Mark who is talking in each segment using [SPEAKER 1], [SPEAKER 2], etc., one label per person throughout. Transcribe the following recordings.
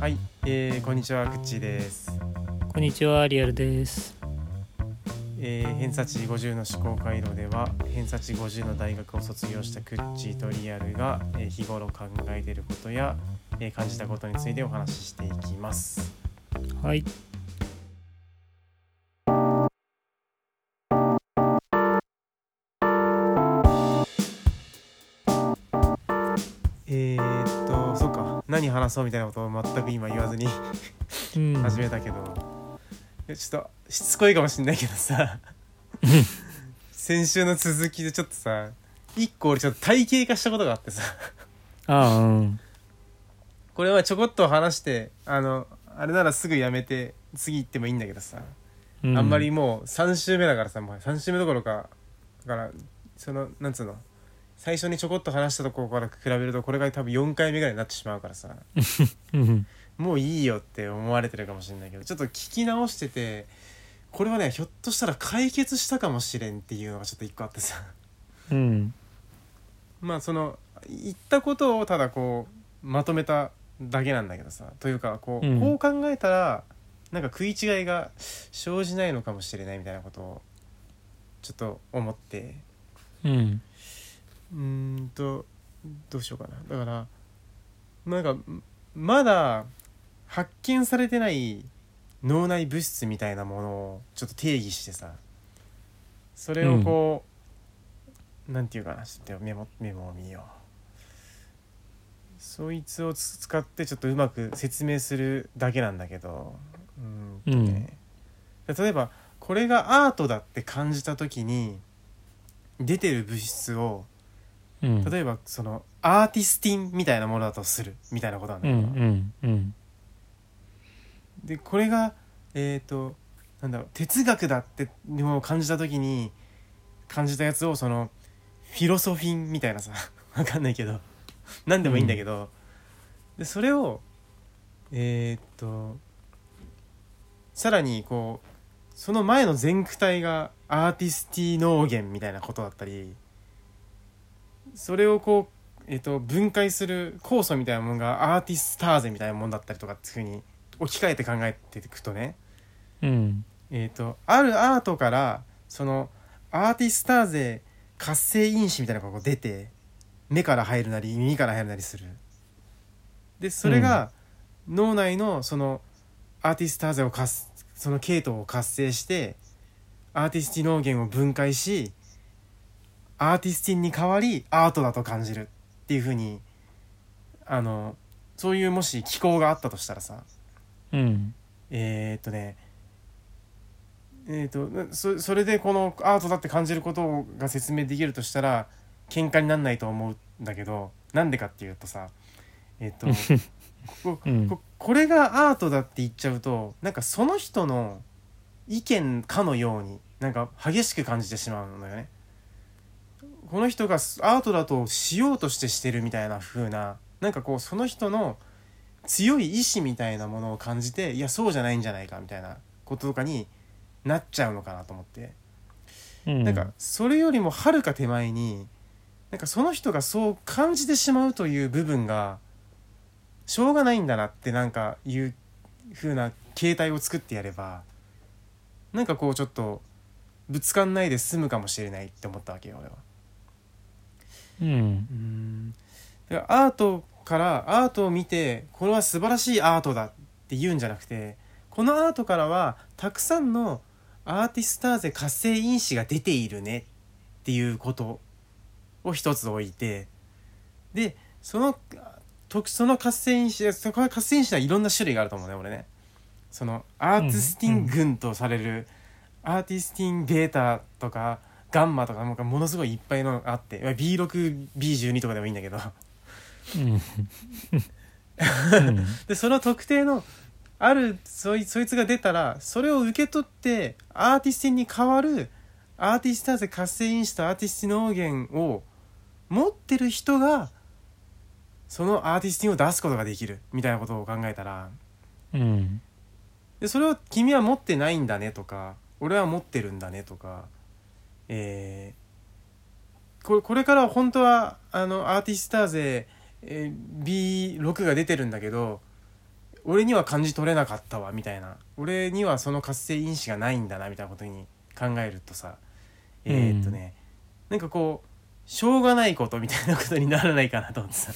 [SPEAKER 1] はい、えー、こんにちは、くっちーです。
[SPEAKER 2] こんにちは、リアルです。
[SPEAKER 1] えー、偏差値50の思考回路では、偏差値50の大学を卒業したくっちーとリアルが、えー、日頃考えていることや、えー、感じたことについてお話ししていきます。
[SPEAKER 2] はい、
[SPEAKER 1] えー、っと、そうか、何話そうみたいなことを全く今言わずに
[SPEAKER 2] うん、
[SPEAKER 1] 始めたけど、えちょっとしつこいかもしんないけどさ、先週の続きでちょっとさ、一個俺ちょっと体系化したことがあってさ、
[SPEAKER 2] ああ、うん、
[SPEAKER 1] これはちょこっと話してあのあれならすぐやめて次行ってもいいんだけどさ、
[SPEAKER 2] う
[SPEAKER 1] あんまり、もう3週目だからさもう3週目どころかだからそのなんつうの最初にちょこっと話したところから比べるとこれが多分4回目ぐらいになってしまうからさ
[SPEAKER 2] うん、
[SPEAKER 1] もういいよって思われてるかもしれないけどちょっと聞き直しててこれはねひょっとしたら解決したかもしれんっていうのがちょっと一個あってさ
[SPEAKER 2] うん、
[SPEAKER 1] まあその言ったことをただこうまとめただけなんだけどさというかこう,、
[SPEAKER 2] うん
[SPEAKER 1] こう考えたらなんか食い違いが生じないのかもしれないみたいなことをちょっと思って
[SPEAKER 2] うん、
[SPEAKER 1] うーんとどうしようかなだからなんかまだ発見されてない脳内物質みたいなものをちょっと定義してさそれをこう、なんていうかなちょっとメモメモを見ようそいつをつ使ってちょっとうまく説明するだけなんだけどうーんとね、例えばこれがアートだって感じた時に出てる物質を
[SPEAKER 2] うん、
[SPEAKER 1] 例えばそのアーティスティンみたいなものだとするみたいなことなんだ
[SPEAKER 2] う
[SPEAKER 1] け
[SPEAKER 2] ん、
[SPEAKER 1] ど、
[SPEAKER 2] うん、うん、
[SPEAKER 1] でこれがえっ、となんだろう哲学だってのを感じた時に感じたやつをそのフィロソフィンみたいなさ わかんないけど何でもいいんだけど、でそれをえっ、とさらにこうその前の前駆体がアーティスティ農源みたいなことだったりそれをこう、えっと分解する酵素みたいなものがアーティスターゼみたいなものだったりとかっていうふうに置き換えて考えていくとね、
[SPEAKER 2] うん、
[SPEAKER 1] えっとあるアートからそのアーティスターゼ活性因子みたいなのがこう出て目から入るなり耳から入るなりする。でそれが脳内のそのアーティスターゼを活その系統を活性してアーティスティ脳源を分解しアーティスティンに代わりアートだと感じるっていうふうにあのそういうもし機構があったとしたらさ、
[SPEAKER 2] うん、
[SPEAKER 1] えー、っとねえー、っとなそそれでこのアートだって感じることが説明できるとしたら喧嘩になんないと思うんだけどなんでかっていうとさえー、っとこ
[SPEAKER 2] うん
[SPEAKER 1] ここれがアートだって言っちゃうとなんかその人の意見かのようになんか激しく感じてしまうのよね。この人がすアートだとしようとしてしてるみたいな風ななんかこうその人の強い意志みたいなものを感じていやそうじゃないんじゃないかみたいなこととかになっちゃうのかなと思って
[SPEAKER 2] うん、
[SPEAKER 1] なんか、それよりもはるか手前になんかその人がそう感じてしまうという部分がしょうがないんだなってなんかいう風な形態を作ってやればなんかこうちょっとぶつかんないで済むかもしれないって思ったわけよ俺は。
[SPEAKER 2] うん
[SPEAKER 1] う、んだからアートからアートを見てこれは素晴らしいアートだって言うんじゃなくてこのアートからはたくさんのアーティスターゼ活性因子が出ているねっていうことを一つ置いてでその特その活性因子そこは活性因子はいろんな種類があると思うね俺ね。そのアーティスティン群とされるアーティスティンベータとかガンマとかなんかものすごいいっぱいのがあって B6B12 とかでもいいんだけど
[SPEAKER 2] うん、
[SPEAKER 1] でその特定のあるそいそいつが出たらそれを受け取ってアーティスティンに代わるアーティスターゼ活性因子とアーティスティンの源を持ってる人がそのアーティスティンを出すことができるみたいなことを考えたら
[SPEAKER 2] うん、
[SPEAKER 1] でそれを「君は持ってないんだね」とか「俺は持ってるんだね」とかえーこれこれから本当はあのアーティスター勢、えー B6 が出てるんだけど俺には感じ取れなかったわみたいな俺にはその活性因子がないんだなみたいなことに考えるとさえーっとね、なんかこうしょうがないことみたいなことにならないかなと思ってさ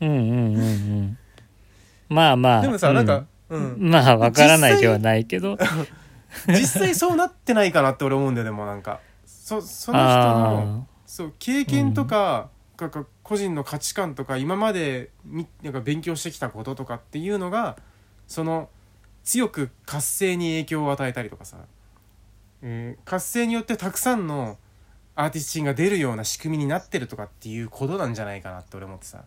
[SPEAKER 2] うんうんうんうんまあまあ
[SPEAKER 1] でもさ、なんか、
[SPEAKER 2] う
[SPEAKER 1] うんん、
[SPEAKER 2] まあわからないではないけど
[SPEAKER 1] 実際そうなってないかなって俺思うんだよでもなんかそその人の
[SPEAKER 2] あ
[SPEAKER 1] そう経験とか,、か個人の価値観とか今までみなんか勉強してきたこととかっていうのがその強く活性に影響を与えたりとかさ、えー活性によってたくさんのアーティスチンが出るような仕組みになってるとかっていうことなんじゃないかなって俺思ってさ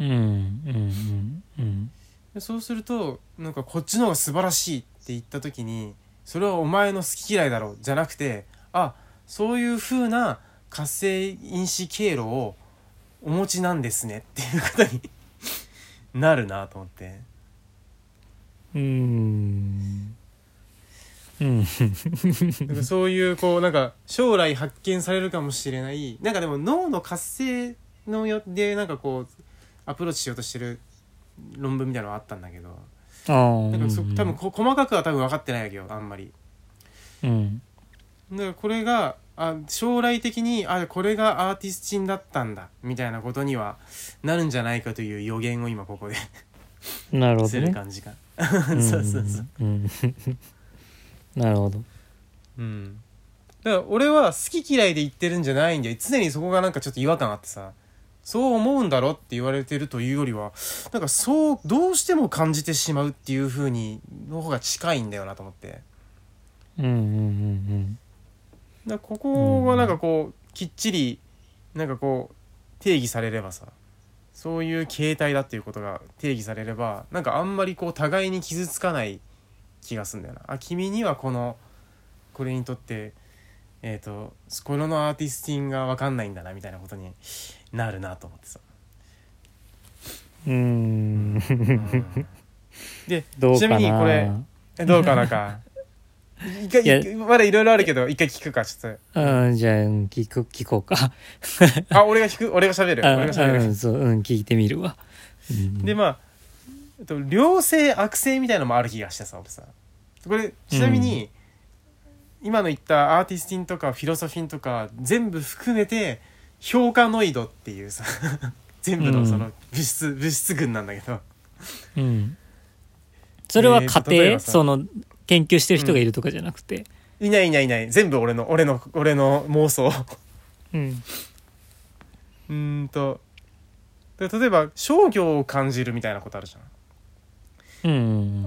[SPEAKER 2] ーうんうんうんうん
[SPEAKER 1] でそうするとなんかこっちの方が素晴らしいって言った時にそれはお前の好き嫌いだろうじゃなくてあそういう風な活性因子経路をお持ちなんですねっていうことに なるなと思って
[SPEAKER 2] うーんうん
[SPEAKER 1] なんかそういうこうなんか将来発見されるかもしれないなんかでも脳の活性のよでなんかこうアプローチしようとしてる論文みたいなのがあったんだけど
[SPEAKER 2] ああ
[SPEAKER 1] なんかそ多分こ細かくは多分分かってないわけよあんまり。
[SPEAKER 2] うん
[SPEAKER 1] だからこれがあ将来的にあこれがアーティスチンだったんだみたいなことにはなるんじゃないかという予言を今ここで
[SPEAKER 2] なるほ
[SPEAKER 1] す
[SPEAKER 2] ど
[SPEAKER 1] る
[SPEAKER 2] ね
[SPEAKER 1] 感じが そうそうそう、
[SPEAKER 2] うん なるほど
[SPEAKER 1] うん、だから俺は好き嫌いで言ってるんじゃないんだよ常にそこがなんかちょっと違和感あってさそう思うんだろって言われてるというよりはなんかそうどうしても感じてしまうっていう風にの方が近いんだよなと思って。
[SPEAKER 2] うんうんうん
[SPEAKER 1] だからここはなんかこう、きっちりなんかこう定義されればさそういう形態だっていうことが定義されればなんかあんまりこう互いに傷つかない気がすんだよなあ君にはこのこれにとってえっ、とこれのアーティスティンが分かんないんだなみたいなことになるなと思ってさ、
[SPEAKER 2] うんう
[SPEAKER 1] う
[SPEAKER 2] ー
[SPEAKER 1] んんで
[SPEAKER 2] どう
[SPEAKER 1] ち
[SPEAKER 2] か
[SPEAKER 1] なみにこれ
[SPEAKER 2] な
[SPEAKER 1] えどうかな か一回
[SPEAKER 2] いや
[SPEAKER 1] 一回まだいろいろあるけど一回聞くかちょっ
[SPEAKER 2] うんじゃあ聞く聞こうか
[SPEAKER 1] とあ俺が聞く俺が喋る
[SPEAKER 2] あ
[SPEAKER 1] 俺が喋る
[SPEAKER 2] うんそううん聞いてみるわうん
[SPEAKER 1] でまあえっと良性悪性みたいのもある気がしてさ俺さこれちなみに、今の言ったアーティスティンとかフィロソフィンとか全部含めて評価ノイドっていうさ 全部
[SPEAKER 2] う
[SPEAKER 1] の
[SPEAKER 2] ん
[SPEAKER 1] その物質、物質群なんだけど
[SPEAKER 2] うんそれ
[SPEAKER 1] え
[SPEAKER 2] は
[SPEAKER 1] ー
[SPEAKER 2] 家
[SPEAKER 1] と例え
[SPEAKER 2] 庭
[SPEAKER 1] ばさ
[SPEAKER 2] その研究してる人がいるとかじゃなくて
[SPEAKER 1] いないいないいない全部俺の俺の俺の妄想
[SPEAKER 2] うん
[SPEAKER 1] うーんとで例えば商業を感じるみたいなことあるじゃん
[SPEAKER 2] う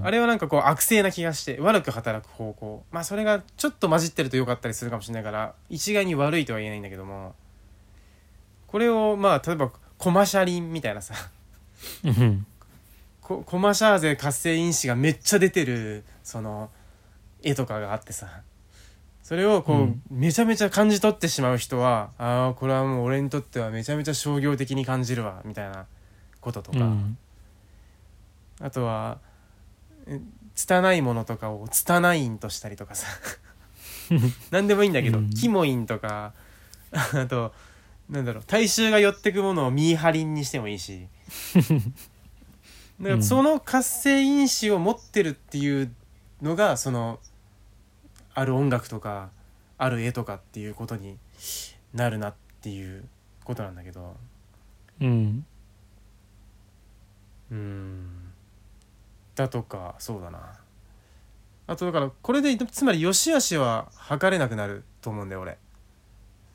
[SPEAKER 2] ん
[SPEAKER 1] あれはなんかこう悪性な気がして悪く働く方向まあそれがちょっと混じってると良かったりするかもしれないから一概に悪いとは言えないんだけどもこれをまあ例えばコマシャリンみたいなさ
[SPEAKER 2] うん
[SPEAKER 1] ココマシャーゼ活性因子がめっちゃ出てるその絵とかがあってさそれをこう、
[SPEAKER 2] うん
[SPEAKER 1] めちゃめちゃ感じ取ってしまう人はああこれはもう俺にとってはめちゃめちゃ商業的に感じるわみたいなこととか。
[SPEAKER 2] うん
[SPEAKER 1] あとはえ拙いものとかを拙いんとしたりとか さ何でもいいんだけど、
[SPEAKER 2] うん
[SPEAKER 1] キモインとかあとなんだろう大衆が寄ってくものをミーハリンにしてもいい しだからその活性因子を持ってるっていうのがそのある音楽とかある絵とかっていうことになるなっていうことなんだけど
[SPEAKER 2] うん
[SPEAKER 1] うーんだとかそうだなあとだからこれでつまり良し悪しは測れなくなると思うんだよ俺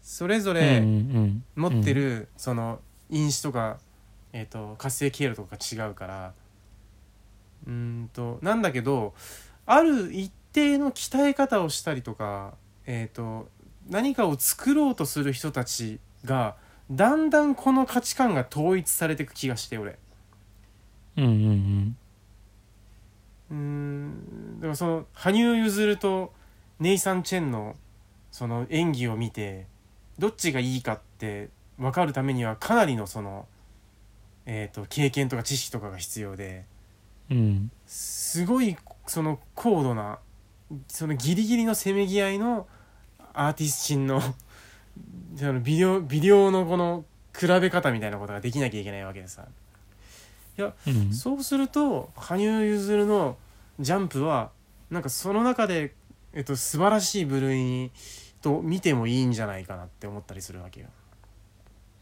[SPEAKER 1] それぞ
[SPEAKER 2] う
[SPEAKER 1] れ
[SPEAKER 2] ん
[SPEAKER 1] 持ってるその因子とか、えー、と活性経路とかが違うからうーんとなんだけどある一定の鍛え方をしたりとか、えー、と何かを作ろうとする人たちがだんだんこの価値観が統一されていく気がして俺。
[SPEAKER 2] うんうん
[SPEAKER 1] うーんでもその羽生結弦とネイサン・チェンのその演技を見てどっちがいいかって分かるためにはかなりのその、えー、と経験とか知識とかが必要で
[SPEAKER 2] うんうん
[SPEAKER 1] すごいその高度なそのギリギリのせめぎ合いのアーティスチンのその微量微量のこの比べ方みたいなことができなきゃいけないわけでさいや
[SPEAKER 2] うん
[SPEAKER 1] そうすると羽生結弦のジャンプはなんかその中で、えっと、素晴らしい部類にと見てもいいんじゃないかなって思ったりするわけよ。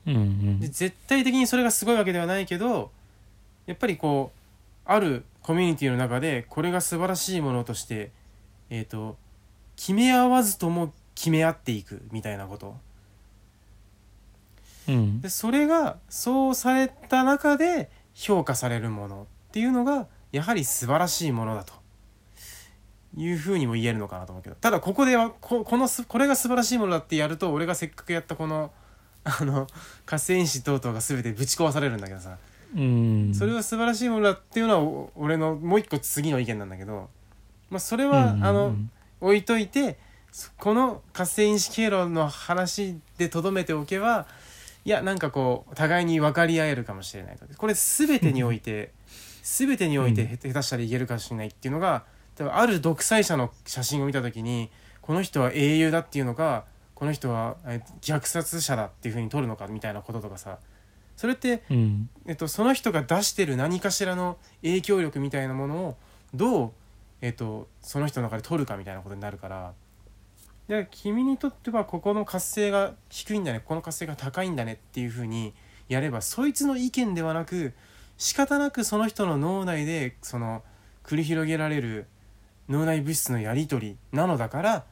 [SPEAKER 2] うんうん
[SPEAKER 1] で絶対的にそれがすごいわけではないけどやっぱりこうあるコミュニティの中でこれが素晴らしいものとして、えー、と決め合わずとも決め合っていくみたいなこと
[SPEAKER 2] うん
[SPEAKER 1] でそれがそうされた中で評価されるものっていうのがやはり素晴らしいものだというふうにも言えるのかなと思うけどただここではここのすこれが素晴らしいものだってやると俺がせっかくやったこのあの合戦士等々が全てぶち壊されるんだけどさ
[SPEAKER 2] うん
[SPEAKER 1] それは素晴らしいものだっていうのはお俺のもう一個次の意見なんだけど、まあ、それは、あの置いといてそこの活性因子経路の話でとどめておけばいやなんかこう互いに分かり合えるかもしれないとこれ全てにおいて全てにおいて
[SPEAKER 2] うん
[SPEAKER 1] へ下手したら言えるかもしれないっていうのが多分ある独裁者の写真を見た時にこの人は英雄だっていうのかこの人はえ虐殺者だっていうふうに取るのかみたいなこととかさそれって
[SPEAKER 2] うん
[SPEAKER 1] えっと、その人が出してる何かしらの影響力みたいなものをどう、えっと、その人の中で取るかみたいなことになるからだから君にとってはここの活性が低いんだねここの活性が高いんだねっていうふうにやればそいつの意見ではなく仕方なくその人の脳内でその繰り広げられる脳内物質のやり取りなのだから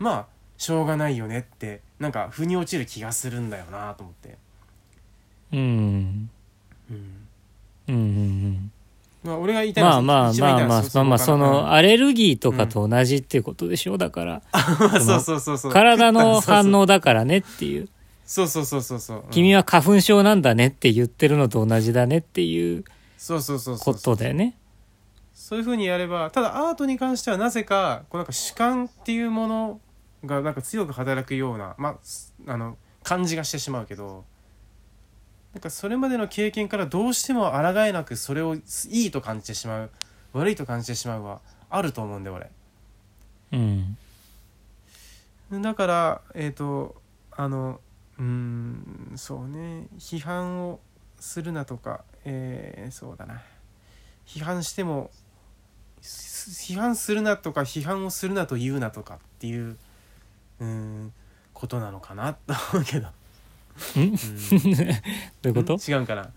[SPEAKER 1] まあしょうがないよねってなんか腑に落ちる気がするんだよなと思って。
[SPEAKER 2] うん
[SPEAKER 1] うん
[SPEAKER 2] うんうん
[SPEAKER 1] まあ、俺が言いたいの
[SPEAKER 2] ま
[SPEAKER 1] は
[SPEAKER 2] あまあ
[SPEAKER 1] 一番
[SPEAKER 2] ま
[SPEAKER 1] 言
[SPEAKER 2] あ
[SPEAKER 1] いたいの
[SPEAKER 2] まあ
[SPEAKER 1] は
[SPEAKER 2] まあまあそのアレルギーとかと同じっていうことでしょだから
[SPEAKER 1] うんそうそうそうそう
[SPEAKER 2] 体の反応だからねっていう
[SPEAKER 1] そうそうそうそうそう
[SPEAKER 2] 君
[SPEAKER 1] は
[SPEAKER 2] は花粉症なんだねって言ってるのと同じだねっていう
[SPEAKER 1] そうそうそうそ
[SPEAKER 2] こ
[SPEAKER 1] うそう
[SPEAKER 2] とだよね
[SPEAKER 1] そういうふうにやればただアートに関してはなぜかこうなんか主観っていうものがなんか強く働くようなまあすあの感じがしてしまうけどなんかそれまでの経験からどうしても抗えなくそれをいいと感じてしまう悪いと感じてしまうはあると思うんで俺
[SPEAKER 2] うん
[SPEAKER 1] だからえっ、とあのうーんそうね批判をするなとかえーそうだな批判してもす批判するなとか批判をするなと言うなとかっていううーんことなのかなと思うけど。
[SPEAKER 2] ん
[SPEAKER 1] うん
[SPEAKER 2] どういうこと
[SPEAKER 1] ん違うかな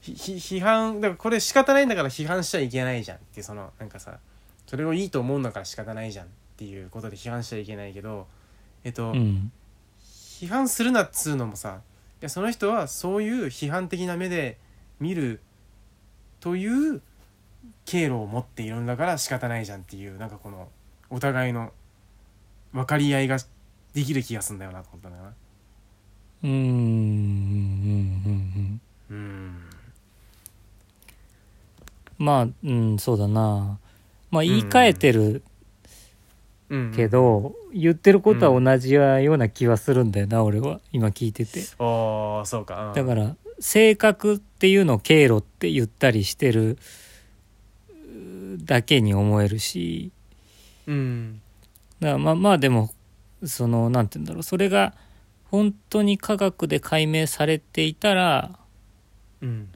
[SPEAKER 1] ひひ批判だからこれ仕方ないんだから批判しちゃいけないじゃんっていうそのなんかさそれをいいと思うんだから仕方ないじゃんっていうことで批判しちゃいけないけどえっと、
[SPEAKER 2] うん
[SPEAKER 1] 批判するなっつうのもさいやその人はそういう批判的な目で見るという経路を持っているんだから仕方ないじゃんっていうなんかこのお互いの分かり合いができる気がすんだよなと思ったんだよな。
[SPEAKER 2] うんうんうんうん
[SPEAKER 1] うん
[SPEAKER 2] まあうんそうだなまあ言い換えてる
[SPEAKER 1] うん
[SPEAKER 2] けど、言ってることは同じような気はするんだよな、俺は今聞いてて
[SPEAKER 1] ああそうか、うん
[SPEAKER 2] だから性格っていうのを経路って言ったりしてるうーだけに思えるし
[SPEAKER 1] うん
[SPEAKER 2] だからまあまあでもそのなんて言うんだろうそれが本当に科学で解明されていたら
[SPEAKER 1] うん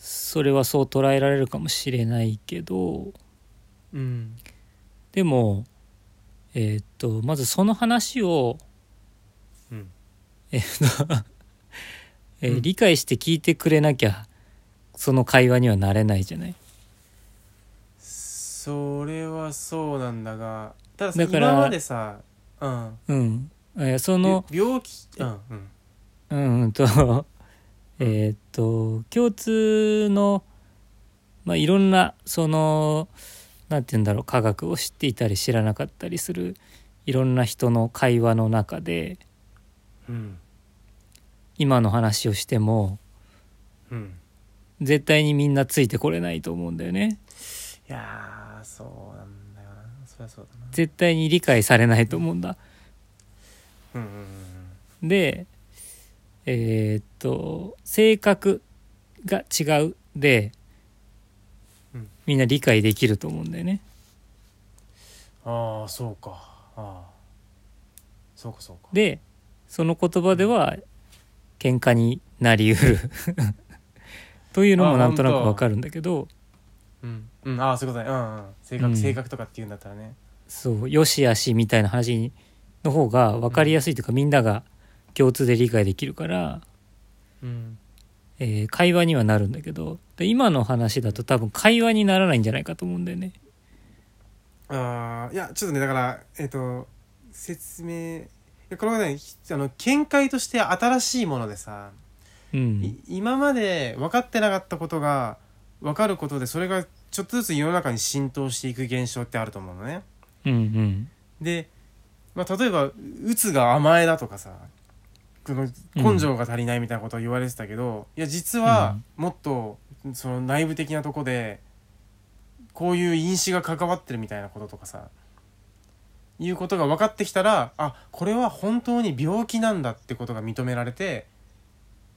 [SPEAKER 2] それはそう捉えられるかもしれないけど
[SPEAKER 1] うん
[SPEAKER 2] でもえーっとまずその話を
[SPEAKER 1] うん
[SPEAKER 2] えーっとえー
[SPEAKER 1] うん
[SPEAKER 2] 理解して聞いてくれなきゃその会話にはなれないじゃない。
[SPEAKER 1] それはそうなんだがただ
[SPEAKER 2] だから
[SPEAKER 1] 今までさ、うん、
[SPEAKER 2] うん、えーその
[SPEAKER 1] び病気うんうん
[SPEAKER 2] うんうんと えーっと共通の、まあ、いろんなそのなんて言うんだろう科学を知っていたり知らなかったりするいろんな人の会話の中で
[SPEAKER 1] うん
[SPEAKER 2] 今の話をしても
[SPEAKER 1] うん
[SPEAKER 2] 絶対にみんなついてこれないと思うんだよね
[SPEAKER 1] いやーそうなんだよなそりゃそうだな
[SPEAKER 2] 絶対に理解されないと思うんだ
[SPEAKER 1] うんうん
[SPEAKER 2] でえーっと性格が違うで
[SPEAKER 1] うん
[SPEAKER 2] みんな理解できると思うんだよね
[SPEAKER 1] うんああそうかああそうかそうか
[SPEAKER 2] でその言葉では喧嘩になりうる というのもなんとなく
[SPEAKER 1] あ本当
[SPEAKER 2] わかるんだけど
[SPEAKER 1] うん、うん、ああそういうことねうん、うん、性
[SPEAKER 2] う
[SPEAKER 1] 格
[SPEAKER 2] ん
[SPEAKER 1] 性格とかっていうんだったらね
[SPEAKER 2] そうよしあしみたいな話にの方が分かりやすいというか、みんなが共通で理解できるから、
[SPEAKER 1] うん
[SPEAKER 2] えー会話にはなるんだけどで今の話だと多分会話にならないんじゃないかと思うんだよね。
[SPEAKER 1] ああいやちょっとねだからえっ、と説明いやこれはねひあの見解として新しいものでさ、
[SPEAKER 2] うん
[SPEAKER 1] い、今まで分かってなかったことが分かることでそれがちょっとずつ世の中に浸透していく現象ってあると思うのね。
[SPEAKER 2] うんうん
[SPEAKER 1] で、まあ、例えばうつが甘えだとかさこの根性が足りないみたいなことを言われてたけど、いや実はもっとその内部的なとこでこういう因子が関わってるみたいなこととかさいうことが分かってきたらあこれは本当に病気なんだってことが認められて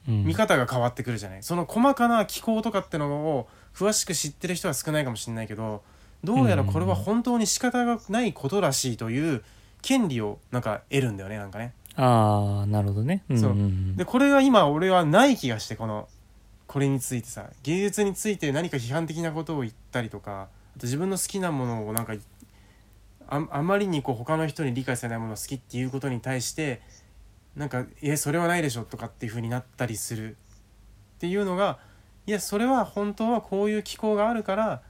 [SPEAKER 2] うん
[SPEAKER 1] 見方が変わってくるじゃないその細かな機構とかってのを詳しく知ってる人は少ないかもしれないけどどうやらこれは本当に仕方がないことらしいという権利をなんか得るんだよねなんかね。
[SPEAKER 2] ああなるほどね。うんうんうん
[SPEAKER 1] でこれが今俺はない気がしてこのこれについてさ芸術について何か批判的なことを言ったりとかあと自分の好きなものをなんかああまりにこう他の人に理解されないものを好きっていうことに対してなんか「えそれはないでしょ」とかっていう風になったりするっていうのがいやそれは本当はこういう機構があるから、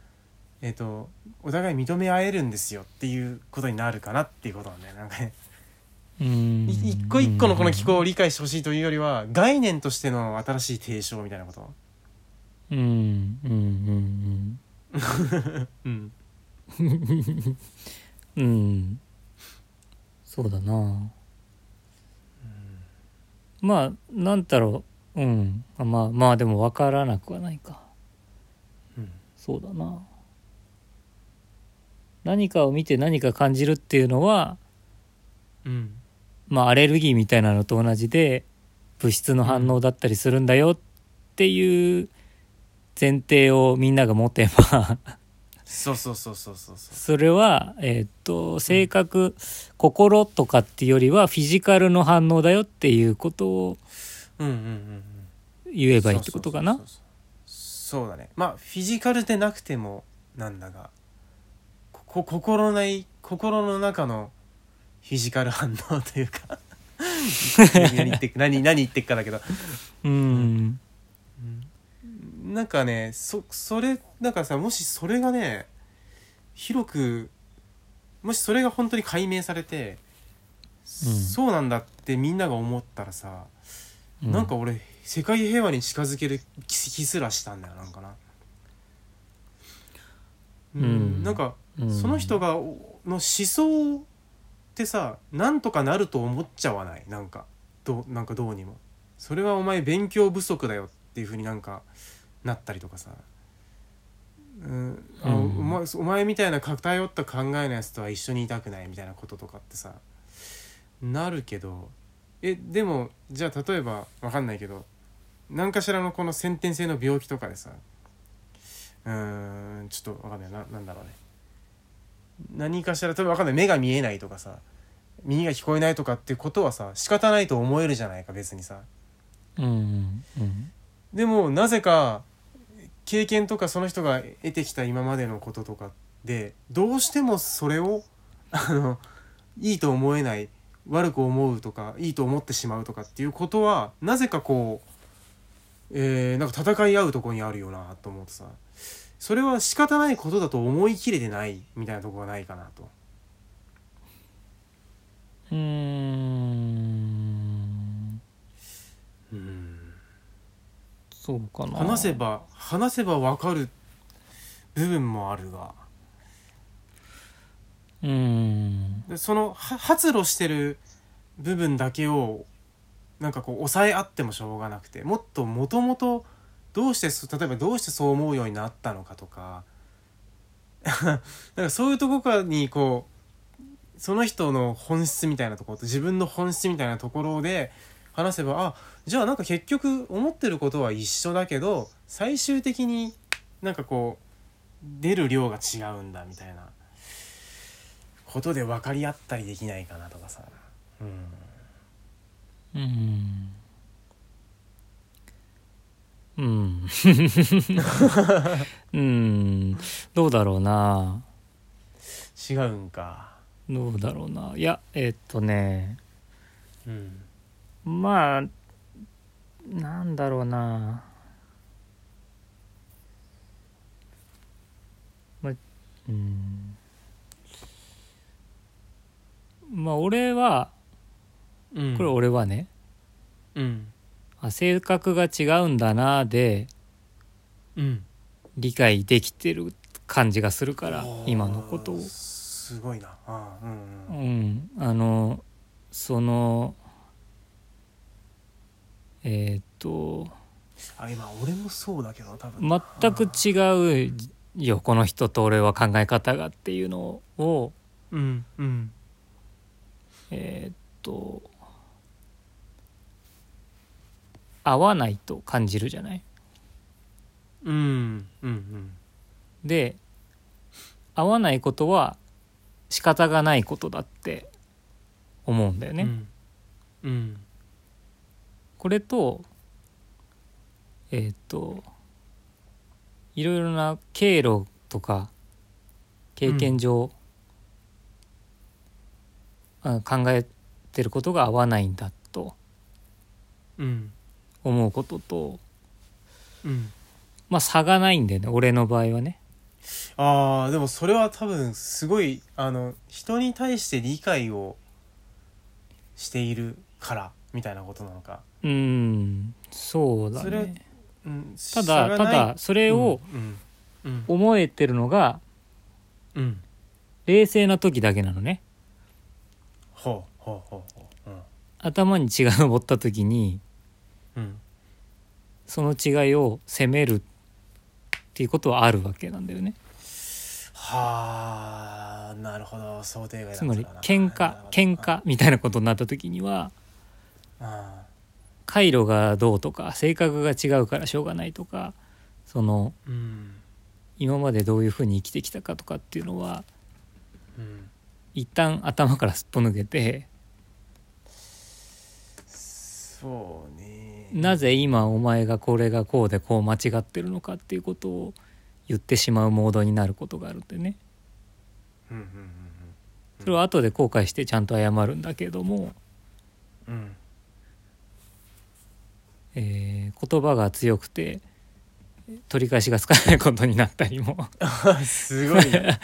[SPEAKER 1] えっとお互い認め合えるんですよっていうことになるかなっていうことなんだよねなんかね。
[SPEAKER 2] うん
[SPEAKER 1] い一個一個のこの機構を理解してほしいというよりは概念としての新しい提唱みたいなこと
[SPEAKER 2] うんう
[SPEAKER 1] う
[SPEAKER 2] んうん
[SPEAKER 1] ん
[SPEAKER 2] うんうんそうだなまあなんだろううんまあまあでも分からなくはないか
[SPEAKER 1] うん
[SPEAKER 2] そうだな何かを見て何か感じるっていうのは
[SPEAKER 1] うん
[SPEAKER 2] まあアレルギーみたいなのと同じで物質の反応だったりするんだよっていう前提をみんなが持てば
[SPEAKER 1] そうそうそうそうそうそ
[SPEAKER 2] それは、えーっと性格、心とかっていうよりはフィジカルの反応だよっていうことを
[SPEAKER 1] ううんうんうんうん
[SPEAKER 2] 言えばいいってことかな
[SPEAKER 1] そうそうそうそうそうだねまあフィジカルでなくてもなんだがここ心ない心の中のフィジカル反応という か何言ってっ何何言ってっかだけど
[SPEAKER 2] うん
[SPEAKER 1] なんかねそそれだからさもしそれがね広くもしそれが本当に解明されて、そうなんだってみんなが思ったらさ、
[SPEAKER 2] う
[SPEAKER 1] なんか俺世界平和に近づける気気すらしたんだよなんかな。うん
[SPEAKER 2] うん
[SPEAKER 1] なんか、
[SPEAKER 2] うん
[SPEAKER 1] その人がおの思想ってさなんとかなると思っちゃわないなんかどうなんかどうにもそれはお前勉強不足だよっていうふうになんかなったりとかさ、うんあ
[SPEAKER 2] うん
[SPEAKER 1] お前お前みたいな偏った考えのやつとは一緒にいたくないみたいなこととかってさなるけどえでもじゃあ例えばわかんないけど何かしらのこの先天性の病気とかでさうーんちょっとわかんないななんだろうね何かしら例えばわかんない目が見えないとかさ耳が聞こえないとかってことはさ仕方ないと思えるじゃないか別にさ
[SPEAKER 2] うんうん
[SPEAKER 1] でもなぜか経験とかその人が得てきた今までのこととかでどうしてもそれをあのいいと思えない悪く思うとかいいと思ってしまうとかっていうことはなぜかこう、えーなんか戦い合うとこにあるよなと思ってさそれは仕方ないことだと思い切れてないみたいなとこがないかなと。
[SPEAKER 2] うんうんそうかな
[SPEAKER 1] 話せば話せば分かる部分もあるが。
[SPEAKER 2] うん
[SPEAKER 1] でそのは発露してる部分だけをなんかこう抑え合ってもしょうがなくてもっともともとどうしてそ例えばどうしてそう思うようになったのかとか なんかそういうとこからにこうその人の本質みたいなところと自分の本質みたいなところで話せばあじゃあなんか結局思ってることは一緒だけど最終的になんかこう出る量が違うんだみたいなことで分かり合ったりできないかなとかさ、うん、
[SPEAKER 2] うんうんうんどうだろうな
[SPEAKER 1] 違うんか
[SPEAKER 2] どうだろうないやえっとね
[SPEAKER 1] うん
[SPEAKER 2] まあなんだろうな、まあ、うんまあ俺は
[SPEAKER 1] うん
[SPEAKER 2] これ俺はね、
[SPEAKER 1] うん
[SPEAKER 2] あ性格が違うんだなで
[SPEAKER 1] うん
[SPEAKER 2] 理解できてる感じがするから
[SPEAKER 1] おー
[SPEAKER 2] 今のことを。
[SPEAKER 1] すごいなあーうん
[SPEAKER 2] う
[SPEAKER 1] うん
[SPEAKER 2] ん、あのそのえーっと
[SPEAKER 1] あ今俺もそうだけど多分
[SPEAKER 2] 全く違うよこの人と俺は考え方がっていうのを
[SPEAKER 1] うんうん
[SPEAKER 2] えーっと合わないと感じるじゃない。
[SPEAKER 1] うんうんうん
[SPEAKER 2] で合わないことは仕方がないことだって思うんだよね。
[SPEAKER 1] うんうん
[SPEAKER 2] これとえーっ、といろいろな経路とか経験上、あ考えてることが合わないんだと
[SPEAKER 1] うん
[SPEAKER 2] 思うことと
[SPEAKER 1] うん
[SPEAKER 2] まあ差がないんだよね俺の場合はね。
[SPEAKER 1] あーでもそれは多分すごいあの人に対して理解をしているからみたいなことなのか、
[SPEAKER 2] うんそうだ
[SPEAKER 1] それ
[SPEAKER 2] ね。
[SPEAKER 1] うん、差
[SPEAKER 2] た
[SPEAKER 1] が
[SPEAKER 2] だた
[SPEAKER 1] ない
[SPEAKER 2] だそれを
[SPEAKER 1] うんうん
[SPEAKER 2] 思えてるのが
[SPEAKER 1] うん、うん、
[SPEAKER 2] 冷静な時だけなのね。
[SPEAKER 1] ほうほうほうほう
[SPEAKER 2] 頭に血が上った時に
[SPEAKER 1] うんうん
[SPEAKER 2] その違いを責めるっていうことはあるわけなんだよね。
[SPEAKER 1] はあなるほど想定外だった
[SPEAKER 2] つまり
[SPEAKER 1] な
[SPEAKER 2] 喧嘩喧嘩みたいなことになった時には
[SPEAKER 1] あ
[SPEAKER 2] 回路がどうとか性格が違うからしょうがないとかその
[SPEAKER 1] ーうん
[SPEAKER 2] 今までどういうふうに生きてきたかとかっていうのは
[SPEAKER 1] うん
[SPEAKER 2] 一旦頭からすっぽ抜けて
[SPEAKER 1] そうね
[SPEAKER 2] なぜ今お前がこれがこうでこう間違ってるのかっていうことを言ってしまうモードになることがあるんでね
[SPEAKER 1] うんうん
[SPEAKER 2] それは後で後悔してちゃんと謝るんだけども、
[SPEAKER 1] うんうん
[SPEAKER 2] えー言葉が強くて取り返しがつかないことになったりも
[SPEAKER 1] うん すごいね、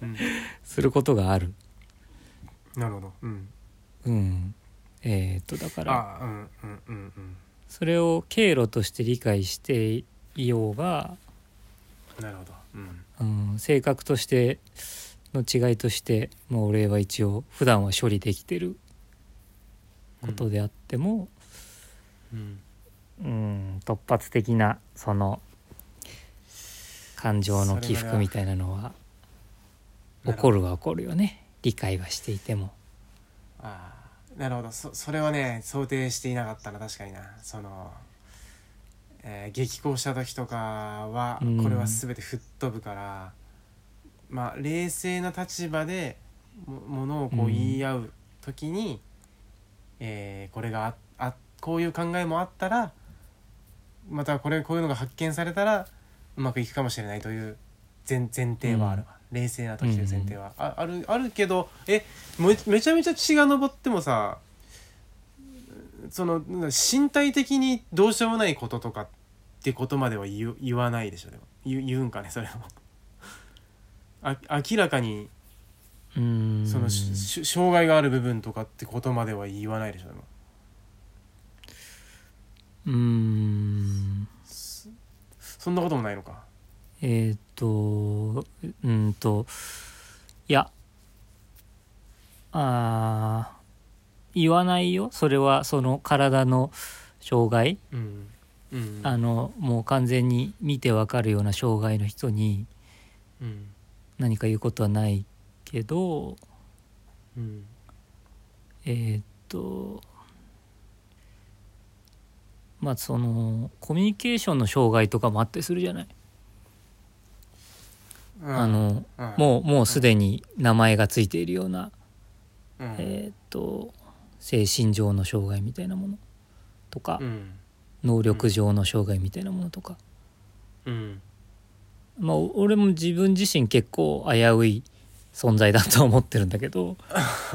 [SPEAKER 1] うん、
[SPEAKER 2] することがある。
[SPEAKER 1] なるほどうん
[SPEAKER 2] うん、えーっとだから
[SPEAKER 1] あうんうんうんうん
[SPEAKER 2] それを経路として理解していようが、
[SPEAKER 1] なるほどうん
[SPEAKER 2] うん、性格としての違いとしてもう俺は一応普段は処理できてることであっても、
[SPEAKER 1] うん
[SPEAKER 2] うん、突発的なその感情の起
[SPEAKER 1] それ
[SPEAKER 2] 伏
[SPEAKER 1] が
[SPEAKER 2] みたいなのは
[SPEAKER 1] なるほ
[SPEAKER 2] 起こ
[SPEAKER 1] ど
[SPEAKER 2] るは起こるよね理解はしていても。
[SPEAKER 1] ああなるほどそそれはね想定していなかったな確かになその、えー激高した時とかは
[SPEAKER 2] うん
[SPEAKER 1] これは全て吹っ飛ぶから、まあ冷静な立場でもものをこう
[SPEAKER 2] う
[SPEAKER 1] ん言い合う時に、えーこれがああこういう考えもあったらまたこれこういうのが発見されたらうまくいくかもしれないという前前提はあるわ、冷静な時という前提は、ああるあるけどえめめちゃめちゃ血が上ってもさそのなんだ身体的にどうしようもないこととかってことまでは言う言わないでしょでも言う言うんかねそれもあ明らかに
[SPEAKER 2] うん
[SPEAKER 1] そのしし障害がある部分とかってことまでは言わないでしょでも
[SPEAKER 2] うん
[SPEAKER 1] そそんなこともないのか
[SPEAKER 2] えーっとうーんといやあー言わないよそれはその体の障害、
[SPEAKER 1] うんうん
[SPEAKER 2] あのもう完全に見てわかるような障害の人に
[SPEAKER 1] うん
[SPEAKER 2] 何か言うことはないけど
[SPEAKER 1] うん
[SPEAKER 2] えーっとまあそのコミュニケーションの障害とかもあったりするじゃない。あの
[SPEAKER 1] うん
[SPEAKER 2] もうもうすでに名前がついているような
[SPEAKER 1] うん
[SPEAKER 2] えーっと精神上の障害みたいなものとか、
[SPEAKER 1] うん
[SPEAKER 2] 能力上の障害みたいなものとか、
[SPEAKER 1] うん
[SPEAKER 2] まあ、お俺も自分自身結構危うい存在だと思ってるんだけど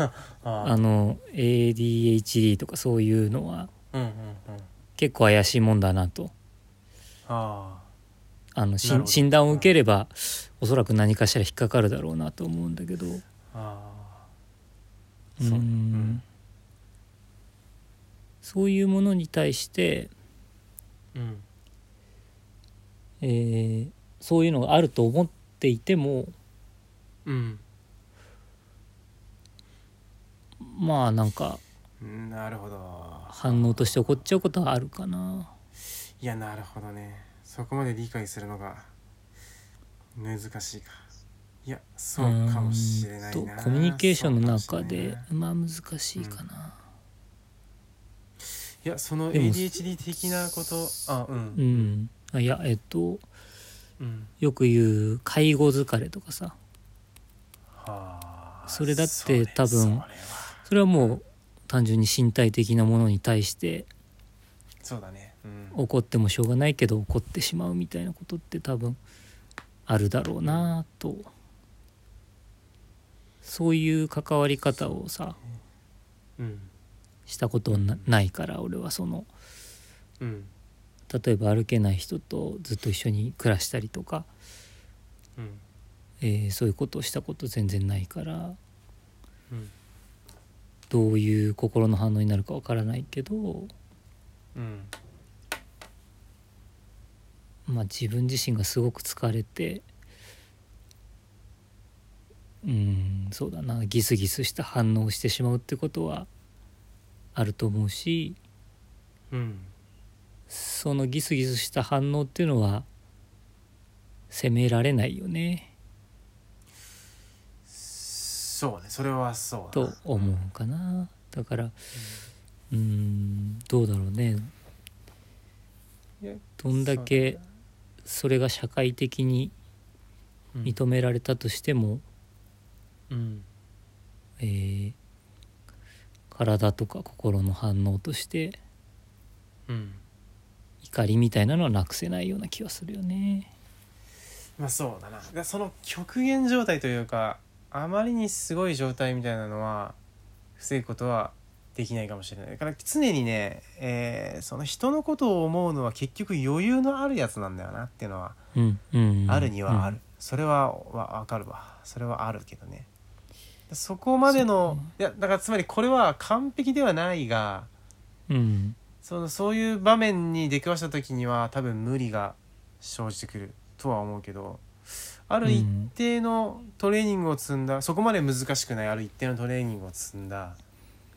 [SPEAKER 2] あ
[SPEAKER 1] あ
[SPEAKER 2] の ADHD とかそういうのは
[SPEAKER 1] あうんうんうん
[SPEAKER 2] 結構怪しいもんだなと
[SPEAKER 1] あ
[SPEAKER 2] あのし
[SPEAKER 1] なるほど
[SPEAKER 2] 診断を受ければおそらく何かしら引っかかるだろうなと思うんだけど
[SPEAKER 1] あああ
[SPEAKER 2] う
[SPEAKER 1] そうんうん
[SPEAKER 2] そういうものに対して、
[SPEAKER 1] うん
[SPEAKER 2] えーそういうのがあると思っていても
[SPEAKER 1] うん
[SPEAKER 2] まあなんか
[SPEAKER 1] うんなるほど
[SPEAKER 2] 反応として起こっちゃうことはあるかな。
[SPEAKER 1] いやなるほどねそこまで理解するのが難しいかいやそうかもしれない
[SPEAKER 2] うん
[SPEAKER 1] な
[SPEAKER 2] とコミュニケーションの
[SPEAKER 1] そ
[SPEAKER 2] 中
[SPEAKER 1] うかもしれ
[SPEAKER 2] で
[SPEAKER 1] ないな
[SPEAKER 2] まあ難しいかな。
[SPEAKER 1] いやその
[SPEAKER 2] でも
[SPEAKER 1] ADHD 的なことあう
[SPEAKER 2] うんん、あいやえっと
[SPEAKER 1] うん
[SPEAKER 2] よく言う介護疲れとかさ
[SPEAKER 1] はあ
[SPEAKER 2] それだって
[SPEAKER 1] れ
[SPEAKER 2] 多分
[SPEAKER 1] それは
[SPEAKER 2] それはもう単純に身体的なものに対して
[SPEAKER 1] そうだねうん
[SPEAKER 2] 怒ってもしょうがないけど怒ってしまうみたいなことって多分あるだろうなとそういう関わり方をさ
[SPEAKER 1] うん
[SPEAKER 2] したことなないから俺はその
[SPEAKER 1] うん
[SPEAKER 2] 例えば歩けない人とずっと一緒に暮らしたりとか、
[SPEAKER 1] うん
[SPEAKER 2] えーそういうことをしたこと全然ないから
[SPEAKER 1] うん
[SPEAKER 2] どういう心の反応になるかわからないけど、
[SPEAKER 1] うん
[SPEAKER 2] まあ、自分自身がすごく疲れてうんそうだなギスギスした反応をしてしまうってことはあると思うし
[SPEAKER 1] うん
[SPEAKER 2] そのギスギスした反応っていうのは責められないよね
[SPEAKER 1] そうねそれはそうだ
[SPEAKER 2] と
[SPEAKER 1] な
[SPEAKER 2] 思うかなだからうんどうだろうね
[SPEAKER 1] いや
[SPEAKER 2] どんだけそれが社会的に
[SPEAKER 1] うん
[SPEAKER 2] 認められたとしても、
[SPEAKER 1] うん
[SPEAKER 2] えー体とか心の反応として
[SPEAKER 1] うん
[SPEAKER 2] 怒りみたいなのはなくせないような気はするよね。
[SPEAKER 1] まあそうだなでその極限状態というかあまりにすごい状態みたいなのは防ぐことはできないかもしれないだから常にね、えーその人のことを思うのは結局余裕のあるやつなんだよなっていうのは
[SPEAKER 2] うんうんうん
[SPEAKER 1] あるにはある、それはわ分かるわそれはあるけどねそこまでの、いやだからつまりこれは完璧ではないが
[SPEAKER 2] うん
[SPEAKER 1] そのそういう場面に出くわした時には多分無理が生じてくるとは思うけどある一定のトレーニングを積んだ、そこまで難しくないある一定のトレーニングを積んだ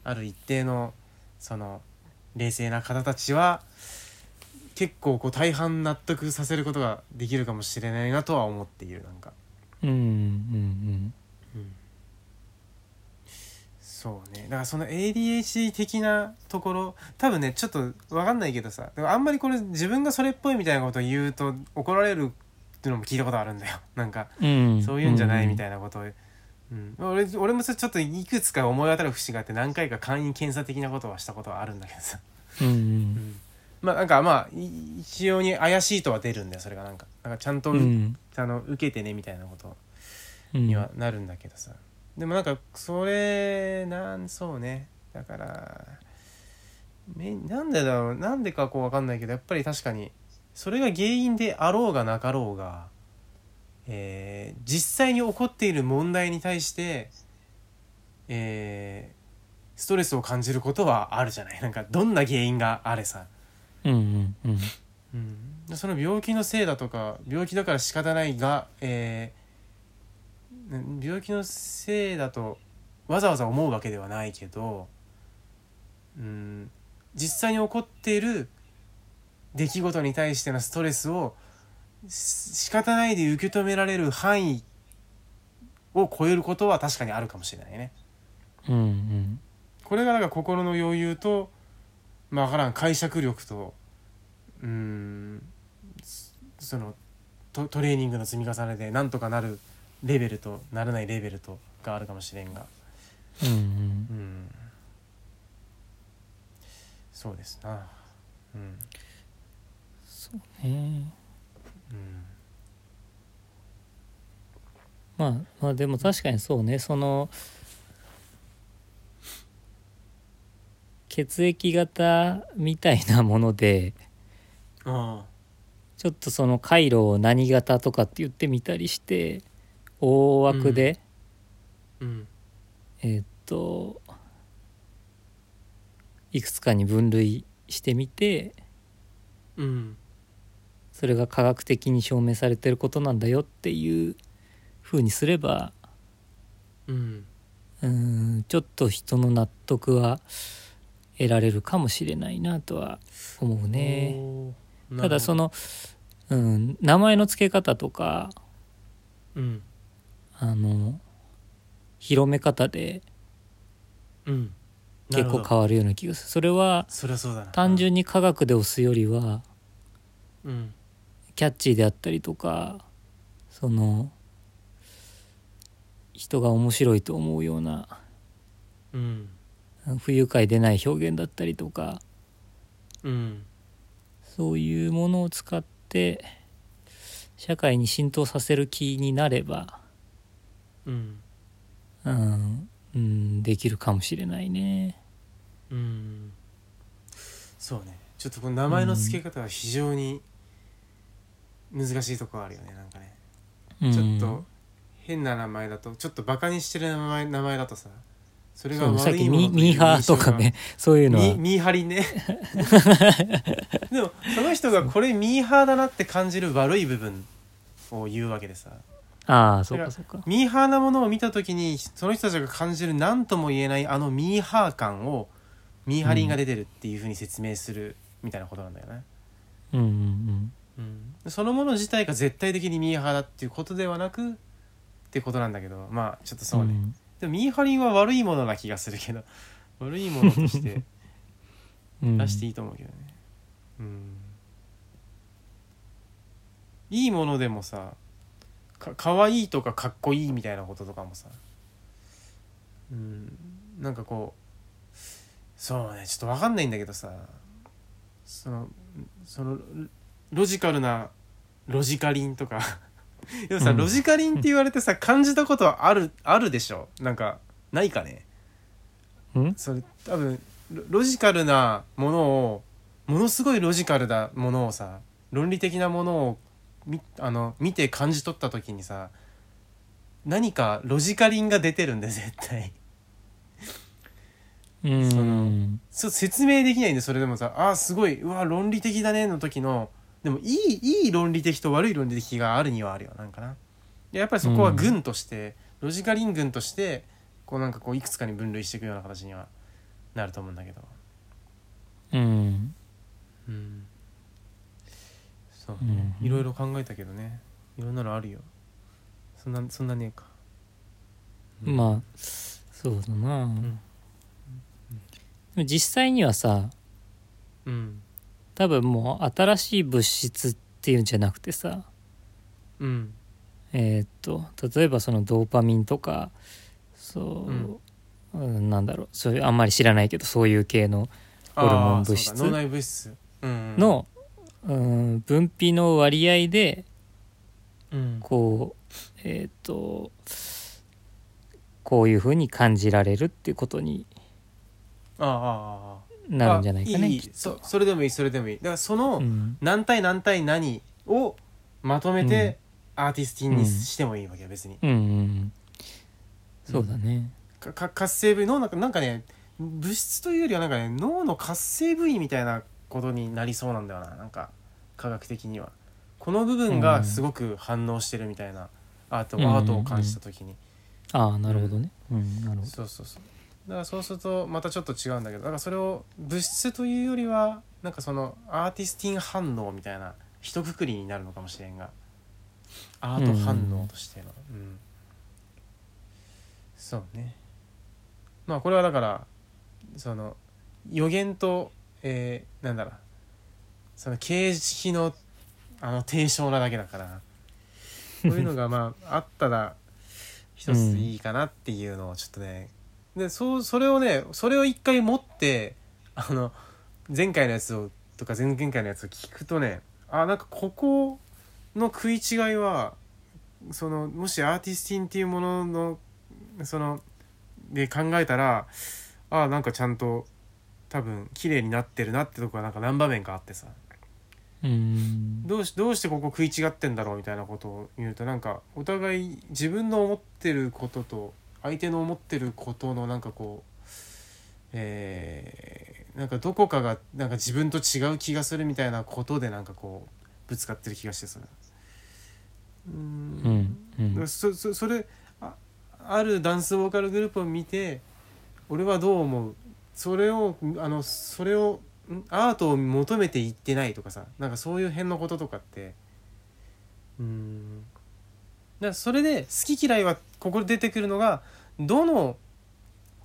[SPEAKER 1] ある一定のその冷静な方たちは結構こう大半納得させることができるかもしれないなとは思っているなんか、
[SPEAKER 2] うんうんうん
[SPEAKER 1] そうねだからその ADHD 的なところ多分ねちょっと分かんないけどさでもあんまりこれ自分がそれっぽいみたいなことを言うと怒られるっていうのも聞いたことあるんだよ なんか
[SPEAKER 2] うんうん
[SPEAKER 1] そういうんじゃないみた
[SPEAKER 2] い
[SPEAKER 1] いなことを、うん俺俺もそれちょっといくつか思い当たる節があって何回か簡易検査的なことはしたことはあるんだけどさ、
[SPEAKER 2] な。うん
[SPEAKER 1] まあなんかまあい一様に怪しいとは出るんだよそれがなんかなんかちゃんと、
[SPEAKER 2] うんうん
[SPEAKER 1] あの受けてねみたいなこと
[SPEAKER 2] うん
[SPEAKER 1] にはなるんだけどさ、でもなんかそれなんそうねだからめなんでだろうなんでかこう分かんないけどやっぱり確かにそれが原因であろうがなかろうが、えー実際に起こっている問題に対して、えーストレスを感じることはあるじゃないなんかどんな原因があれさ、
[SPEAKER 2] うんうんうん
[SPEAKER 1] うん、その病気のせいだとか病気だから仕方ないが、えーん病気のせいだとわざわざ思うわけではないけど、うん、実際に起こっている出来事に対してのストレスをし仕方ないで受け止められる範囲を超えることは確かにあるかもしれないね。
[SPEAKER 2] うんうん
[SPEAKER 1] これがなんか心の余裕と、まあ、わからん解釈力とうーんそそのトトレーニングの積み重ねでなんとかなるレベルとならないレベルとがあるかもしれんが
[SPEAKER 2] うんうん
[SPEAKER 1] うんそうですなうん
[SPEAKER 2] そうね
[SPEAKER 1] うん
[SPEAKER 2] まあまあでも確かにそうねその血液型みたいなもので
[SPEAKER 1] あ
[SPEAKER 2] ちょっとその回路を何型とかって言ってみたりして大枠で、
[SPEAKER 1] あうん
[SPEAKER 2] えーっといくつかに分類してみて
[SPEAKER 1] うん
[SPEAKER 2] それが科学的に証明されてることなんだよっていう風にすれば
[SPEAKER 1] うん
[SPEAKER 2] うーんちょっと人の納得は得られるかもしれないなとは思うね。
[SPEAKER 1] おー
[SPEAKER 2] ただそ
[SPEAKER 1] なる
[SPEAKER 2] の、うん、名前の付け方とか
[SPEAKER 1] ほどうん
[SPEAKER 2] あの広め方で
[SPEAKER 1] うん
[SPEAKER 2] 結構変わるような気がするそれは
[SPEAKER 1] そりゃそうだな
[SPEAKER 2] 単純に科学で押すよりは
[SPEAKER 1] うん
[SPEAKER 2] キャッチーであったりとかその人が面白いと思うような
[SPEAKER 1] うん
[SPEAKER 2] 不愉快でない表現だったりとか
[SPEAKER 1] うん
[SPEAKER 2] そういうものを使って社会に浸透させる気になれば、
[SPEAKER 1] うん
[SPEAKER 2] うんうん、できるかもしれないね。
[SPEAKER 1] うんそうねちょっとこの名前の付け方は非常に難しいところあるよねなんかね
[SPEAKER 2] うん
[SPEAKER 1] ちょっと変な名前だとちょっとバカにしてる名前名前だとさそれが
[SPEAKER 2] そうねさっ
[SPEAKER 1] 悪
[SPEAKER 2] き
[SPEAKER 1] いもの
[SPEAKER 2] ミミーハーとかねそういうの
[SPEAKER 1] ミ
[SPEAKER 2] は
[SPEAKER 1] ミーハリ ねでもその人がこれミーハーだなって感じる悪い部分を言うわけでさ
[SPEAKER 2] ああそ
[SPEAKER 1] そうれ
[SPEAKER 2] か
[SPEAKER 1] は
[SPEAKER 2] そうか。
[SPEAKER 1] ミーハーなものを見た時にその人たちが感じる何とも言えないあのミーハー感をミーハリンが出てるっていうふうに説明するみたいなことなんだよね、
[SPEAKER 2] うんうん
[SPEAKER 1] そのもの自体が絶対的にミーハーだっていうことではなくってことなんだけどまあちょっとそ
[SPEAKER 2] うん。
[SPEAKER 1] うね、でもミーハリンは悪いものな気がするけど悪いものとして
[SPEAKER 2] うん。
[SPEAKER 1] 出してい
[SPEAKER 2] い。
[SPEAKER 1] いと思うけどねうん、いいものでもさかかわいいとかかっこいいみたいなこととかもさうんなんかこうそうねちょっとわかんないんだけどさそのそのロジカルなロジカリンとか でもさ、
[SPEAKER 2] うん
[SPEAKER 1] ロジカリンって言われてさ感じたことはあるあるでしょなんかないかね
[SPEAKER 2] うん
[SPEAKER 1] それ多分ロロジカルなものをものすごいロジカルなものをさ論理的なものをみあの見て感じ取った時にさ何かロジカリンが出てるんで絶対
[SPEAKER 2] うん
[SPEAKER 1] そのそう説明できないんでそれでもさあーすごいうわ論理的だねの時のでもいいいい論理的と悪い論理的があるにはあるよなんかなでやっぱりそこは群として、ロジカリン群としてこうなんかこういくつかに分類していくような形にはなると思うんだけど。
[SPEAKER 2] うん。
[SPEAKER 1] うんそう
[SPEAKER 2] う
[SPEAKER 1] ね、
[SPEAKER 2] ん
[SPEAKER 1] いろいろ考えたけどねいろんなのあるよそんなそんなねえか
[SPEAKER 2] まあそうだな。
[SPEAKER 1] ん
[SPEAKER 2] でも実際にはさ
[SPEAKER 1] うん
[SPEAKER 2] 多分もう新しい物質っていうんじゃなくてさ、
[SPEAKER 1] うん
[SPEAKER 2] えーっと例えばそのドーパミンとかそう、うんなんだろうそういうあんまり知らないけどそういう系のホルモン
[SPEAKER 1] あー
[SPEAKER 2] 物質
[SPEAKER 1] そうだ脳内物質、うん、、
[SPEAKER 2] の、うん、分泌の割合で
[SPEAKER 1] うん、
[SPEAKER 2] こうえーっとこういうふうに感じられるっていうことに
[SPEAKER 1] あーあーあー
[SPEAKER 2] なるんじゃないかね。
[SPEAKER 1] あいいい
[SPEAKER 2] きっと
[SPEAKER 1] そうそれでもいいそれでもいいだからその
[SPEAKER 2] うん
[SPEAKER 1] 何対何対何をまとめてアーティスティン
[SPEAKER 2] うん
[SPEAKER 1] にしてもいいわけよ別に、
[SPEAKER 2] うんうんうん、そうだね。
[SPEAKER 1] かか活性部位脳なんかなんかね物質というよりはなんかね脳の活性部位みたいなことになりそうなんだよななんか科学的にはこの部分がすごく反応してるみたいなアート,、
[SPEAKER 2] うん
[SPEAKER 1] アートを感じた時に、
[SPEAKER 2] ああなるほどね。うん、なるほど
[SPEAKER 1] そうそうそうだからそうするとまたちょっと違うんだけどだからそれを物質というよりはなんかそのアーティスティン反応みたいな一括りになるのかもしれんがアート反応としてのうん、そうねまあこれはだからその予言と、えー、なんだろうその形式のあの提唱なだけだからこういうのがまああったら一ついいかなっていうのをちょっとね、でそうそれをねそれを一回持ってあの前回のやつをとか前々回のやつを聞くとねあなんかここの食い違いはそのもしアーティスティンっていうもののそので考えたらああなんかちゃんと多分綺麗になってるなってとこがなんか何場面かあってさ
[SPEAKER 2] うん
[SPEAKER 1] どうしどうしてここ食い違ってんだろうみたいなことを言うとなんかお互い自分の思ってることと相手の思ってることのなんかこうえーなんかどこかがなんか自分と違う気がするみたいなことでなんかこうぶつかってる気がしてそれうー
[SPEAKER 2] うんんうん
[SPEAKER 1] だからそそそれああるダンスボーカルグループを見て俺はどう思うそれをあのそれをんアートを求めていってないとかさなんかそういう辺のこととかってうんだからそれで好き嫌いはここで出てくるのがどの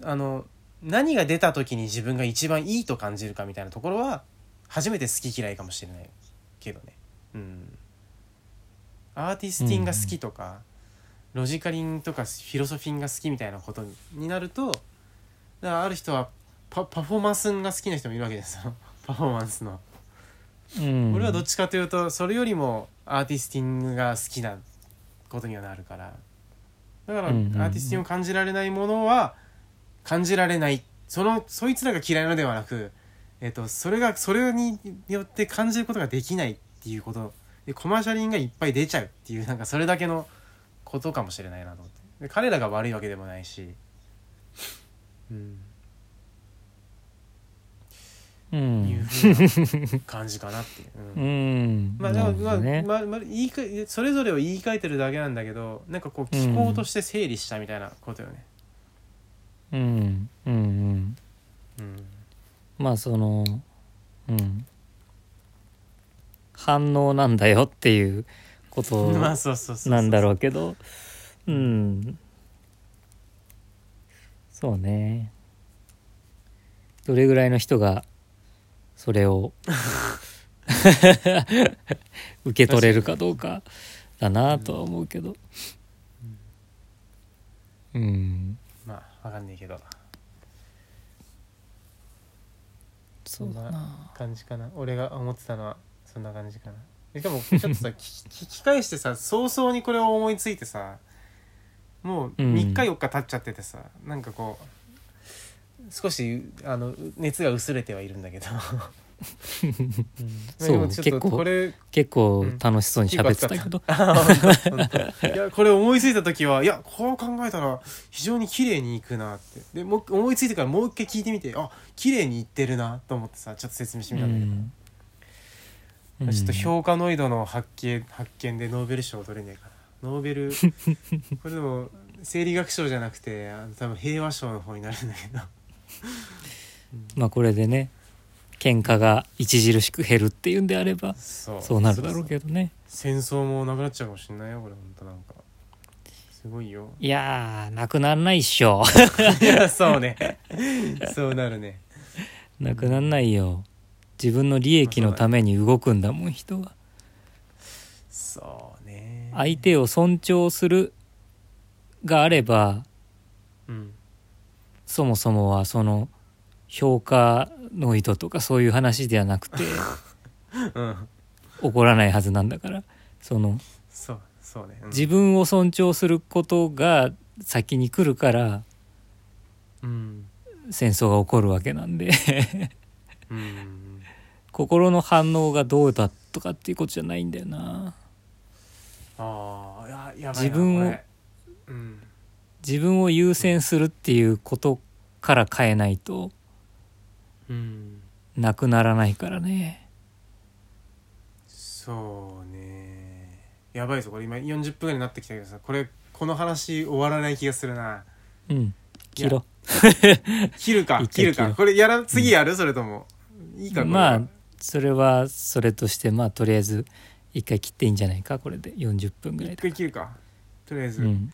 [SPEAKER 1] あの何が出た時に自分が一番いいと感じるかみたいなところは初めて好き嫌いかもしれないけどね。うん、アーティスティンが好きとか、ロジカリンとかフィロソフィンが好きみたいなことになるとだからある人はパパフォーマンスが好きな人もいるわけですよ パフォーマンスの。
[SPEAKER 2] うん
[SPEAKER 1] 俺はどっちかというとそれよりもアーティスティングが好きなことにはなるからだからア
[SPEAKER 2] うんうんうん
[SPEAKER 1] ーティスティングを感じられないものは感じられないそのそいつらが嫌いなのではなく、えっとそれがそれによって感じることができないっていうことでコマーシャリンがいっぱい出ちゃうっていうなんかそれだけのことかもしれないなと思ってで彼らが悪いわけでもないし、うん、
[SPEAKER 2] う
[SPEAKER 1] いうんふうな感じかなっていう。うん
[SPEAKER 2] うん
[SPEAKER 1] まあでも、ま
[SPEAKER 2] なるほ
[SPEAKER 1] あ
[SPEAKER 2] どね
[SPEAKER 1] まあまあ、言いかそれぞれを言い換えてるだけなんだけどなんかこう気候として整理したみたいなことよね。
[SPEAKER 2] うんうんうん
[SPEAKER 1] うん
[SPEAKER 2] まあそのうん反応なんだよっていうこと
[SPEAKER 1] まあそうそうそうそう
[SPEAKER 2] なんだろうけどうんそうねどれぐらいの人がそ れを受け取れるかどうかだなとは思うけどうん
[SPEAKER 1] まあわかんないけど
[SPEAKER 2] そうだな
[SPEAKER 1] 感じかな俺が思ってたのはそんな感じかな。しかもちょっとさ聞き聞き返してさ早々にこれを思いついてさもう
[SPEAKER 2] うん
[SPEAKER 1] 3日4日経っちゃっててさ、なんかこう少しあの熱が薄れてはいるんだけ ど、うん
[SPEAKER 2] そうね
[SPEAKER 1] まあでもちょ
[SPEAKER 2] 結
[SPEAKER 1] っと
[SPEAKER 2] 構
[SPEAKER 1] これ
[SPEAKER 2] 結構楽しそうに喋ってたけど
[SPEAKER 1] いやこれ思いついた時はいやこう考えたら非常に綺麗にいくなってでもう思いついてからもう一回聞いてみてあ綺麗にいってるなと思ってさちょっと説明してみたんだけど、
[SPEAKER 2] うん
[SPEAKER 1] ちょっと評価ノイドの発見発見でノーベル賞取れねえかなノーベ ルこれでも生理学賞じゃなくてあの多分平和賞の方になるんだけど
[SPEAKER 2] まあこれでね喧嘩が著しく減るっていうんであれば
[SPEAKER 1] そ
[SPEAKER 2] そうなるだろうけどね
[SPEAKER 1] 戦争もなくなっちゃうかもしれないよこれほんとなんかすごいよ
[SPEAKER 2] いやーなくなん ないっしょ
[SPEAKER 1] いやそうねそうなるね
[SPEAKER 2] なくなんないよ自分の利益のために動くんだもん人は
[SPEAKER 1] そうね
[SPEAKER 2] 相手を尊重するがあれば
[SPEAKER 1] うん
[SPEAKER 2] そもそもはその評価の意図とかそういう話ではなく て
[SPEAKER 1] うん
[SPEAKER 2] 起こらないはずなんだからその
[SPEAKER 1] そうそうね、うん、
[SPEAKER 2] 自分を尊重することが先に来るから
[SPEAKER 1] うん
[SPEAKER 2] 戦争が起こるわけなんで
[SPEAKER 1] うん
[SPEAKER 2] 心の反応がどうだとかっていうことじゃないんだよな
[SPEAKER 1] ああややばいな
[SPEAKER 2] 自分を
[SPEAKER 1] これうん
[SPEAKER 2] 自分を優先するっていうことから変えないと
[SPEAKER 1] うん
[SPEAKER 2] なくならないからね
[SPEAKER 1] そうねやばいぞこれ今40分ぐらいになってきたけどさこれこの話終わらない気がするな
[SPEAKER 2] うん切ろ
[SPEAKER 1] 切るか
[SPEAKER 2] 一回
[SPEAKER 1] 切る
[SPEAKER 2] 切
[SPEAKER 1] か
[SPEAKER 2] る
[SPEAKER 1] これやら次やる、それともいいかこれは
[SPEAKER 2] まあそれはそれとしてまあとりあえず一回切っていいんじゃないかこれで40分ぐらい
[SPEAKER 1] 一
[SPEAKER 2] で
[SPEAKER 1] 回切るかとりあえず、
[SPEAKER 2] うん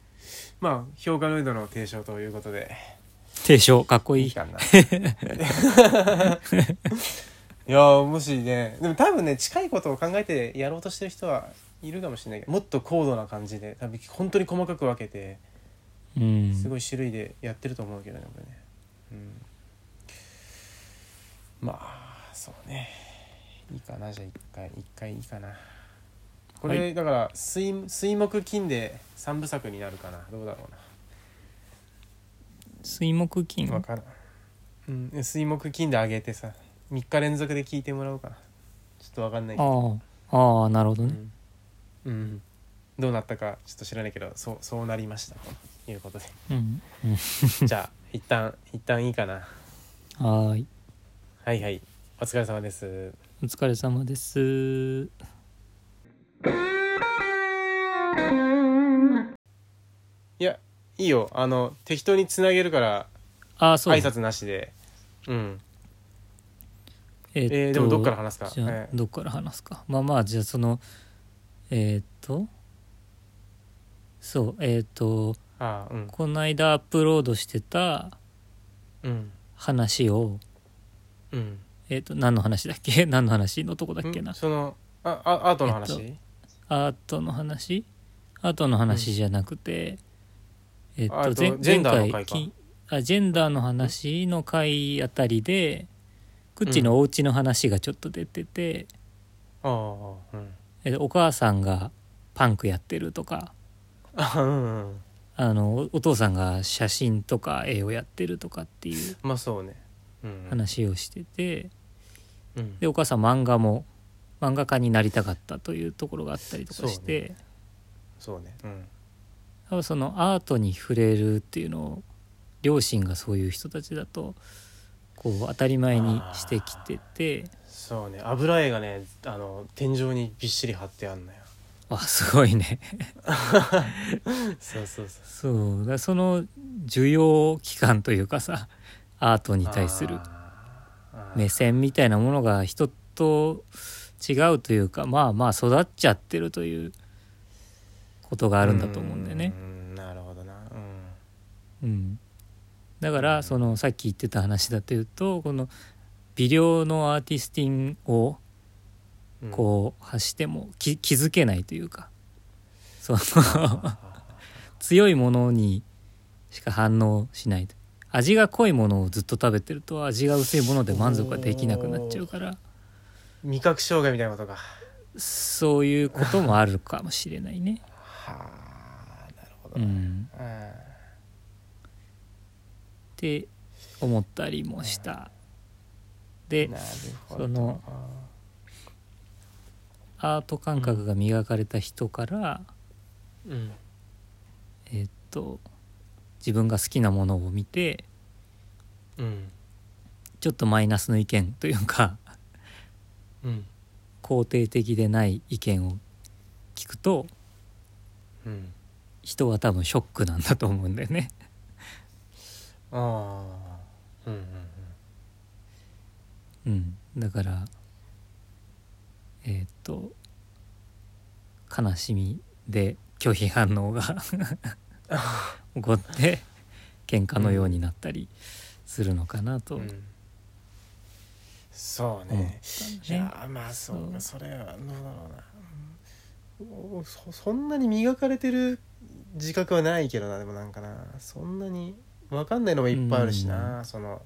[SPEAKER 1] まあ評価ルードの提唱ということで
[SPEAKER 2] 提唱かっこい
[SPEAKER 1] いい
[SPEAKER 2] い
[SPEAKER 1] かないやーもしねでも多分ね近いことを考えてやろうとしてる人はいるかもしれないけどもっと高度な感じで多分本当に細かく分けて
[SPEAKER 2] うん
[SPEAKER 1] すごい種類でやってると思うけどねこれね、うん、まあそうねいいかなじゃあ一回一回いいかなこれ、
[SPEAKER 2] は
[SPEAKER 1] だから水水木金で三部作になるかなどうだろうな
[SPEAKER 2] 水木金
[SPEAKER 1] 分からん、うん、水木金で上げてさ3日連続で聞いてもらおうかなちょっと分かんないけど
[SPEAKER 2] ああああなるほどね、
[SPEAKER 1] うんうん、どうなったかちょっと知らないけどそうそうなりましたということ で
[SPEAKER 2] うん
[SPEAKER 1] じゃあ一旦一旦いいかな
[SPEAKER 2] はーい
[SPEAKER 1] はいはいお疲れ様です
[SPEAKER 2] お疲れ様です
[SPEAKER 1] いやいいよあの適当につなげるから
[SPEAKER 2] ああそう
[SPEAKER 1] 挨拶なしでうん
[SPEAKER 2] え
[SPEAKER 1] えーでもどっから話すか、
[SPEAKER 2] じゃあ、
[SPEAKER 1] えー
[SPEAKER 2] どっから話すかまあまあじゃあそのえーっとそうえーっと
[SPEAKER 1] ああうん
[SPEAKER 2] この間アップロードしてた
[SPEAKER 1] うん
[SPEAKER 2] 話を
[SPEAKER 1] うん
[SPEAKER 2] えーっと何の話だっけ 何の話のとこだっけ
[SPEAKER 1] ん
[SPEAKER 2] な
[SPEAKER 1] そのああアートの話、
[SPEAKER 2] えアートの話アートの話じゃなくて、え
[SPEAKER 1] あ
[SPEAKER 2] ーっ
[SPEAKER 1] えっ
[SPEAKER 2] と
[SPEAKER 1] と
[SPEAKER 2] 前
[SPEAKER 1] ジェンダーの
[SPEAKER 2] 前
[SPEAKER 1] 回か
[SPEAKER 2] きあジェンダーの話の回あたりでくっちのお家の話がちょっと出てて、
[SPEAKER 1] ああうん
[SPEAKER 2] えお母さんがパンクやってるとか
[SPEAKER 1] あうんうん
[SPEAKER 2] あのおお父さんが写真とか絵をやってるとかっていう
[SPEAKER 1] まあそうねうん
[SPEAKER 2] 話をしてて
[SPEAKER 1] うん
[SPEAKER 2] でお母さん漫画も漫画家になりたかったというところがあったりとかして
[SPEAKER 1] そそうねうん
[SPEAKER 2] 多分そのアートに触れるっていうのを両親がそういう人たちだとこう当たり前にしてきてて
[SPEAKER 1] そうね油絵がねあの天井にびっしり貼ってあんのよ
[SPEAKER 2] あすごいね
[SPEAKER 1] そうそうそう
[SPEAKER 2] そうだからその需要期間というかさアートに対する
[SPEAKER 1] あー
[SPEAKER 2] 目線みたいなものが人と違うというかまあまあ育っちゃってるということがあるんだと思うんだよね。
[SPEAKER 1] うんなるほどなう
[SPEAKER 2] うん、だか
[SPEAKER 1] う
[SPEAKER 2] ら
[SPEAKER 1] ん
[SPEAKER 2] そのさっき言ってた話だというとこの微量のアーティスティンを
[SPEAKER 1] んうん
[SPEAKER 2] こう発してもき気づけないというかその
[SPEAKER 1] あ
[SPEAKER 2] 強いものにしか反応しないと味が濃いものをずっと食べてると味が薄いもので満足ができなくなっちゃうから
[SPEAKER 1] 味覚障害みたいなことか
[SPEAKER 2] そういうこともあるかもしれないね。
[SPEAKER 1] はあなるほど
[SPEAKER 2] う
[SPEAKER 1] うん
[SPEAKER 2] ん、
[SPEAKER 1] あ
[SPEAKER 2] って思ったりもした。
[SPEAKER 1] ー
[SPEAKER 2] で
[SPEAKER 1] なるほ
[SPEAKER 2] そ
[SPEAKER 1] ど
[SPEAKER 2] のアート感覚が磨かれた人から、
[SPEAKER 1] うん
[SPEAKER 2] えっと自分が好きなものを見て
[SPEAKER 1] うん
[SPEAKER 2] ちょっとマイナスの意見というか
[SPEAKER 1] うん
[SPEAKER 2] 肯定的でない意見を聞くと
[SPEAKER 1] うん
[SPEAKER 2] 人は多分ショックなんだと思うんだよね。
[SPEAKER 1] ああうんうん
[SPEAKER 2] うん、だからえっと悲しみで拒否反応 が起こって喧嘩のようになったりするのかなと
[SPEAKER 1] う
[SPEAKER 2] 思
[SPEAKER 1] ん
[SPEAKER 2] っ
[SPEAKER 1] うんそう
[SPEAKER 2] たんだ
[SPEAKER 1] ね
[SPEAKER 2] ね。
[SPEAKER 1] いやまあそう
[SPEAKER 2] そう
[SPEAKER 1] そそれはどうだろうな、うんおそそんなに磨かれてる自覚はないけどなでもなんかなそんなに分かんないのもいっぱいあるしな、その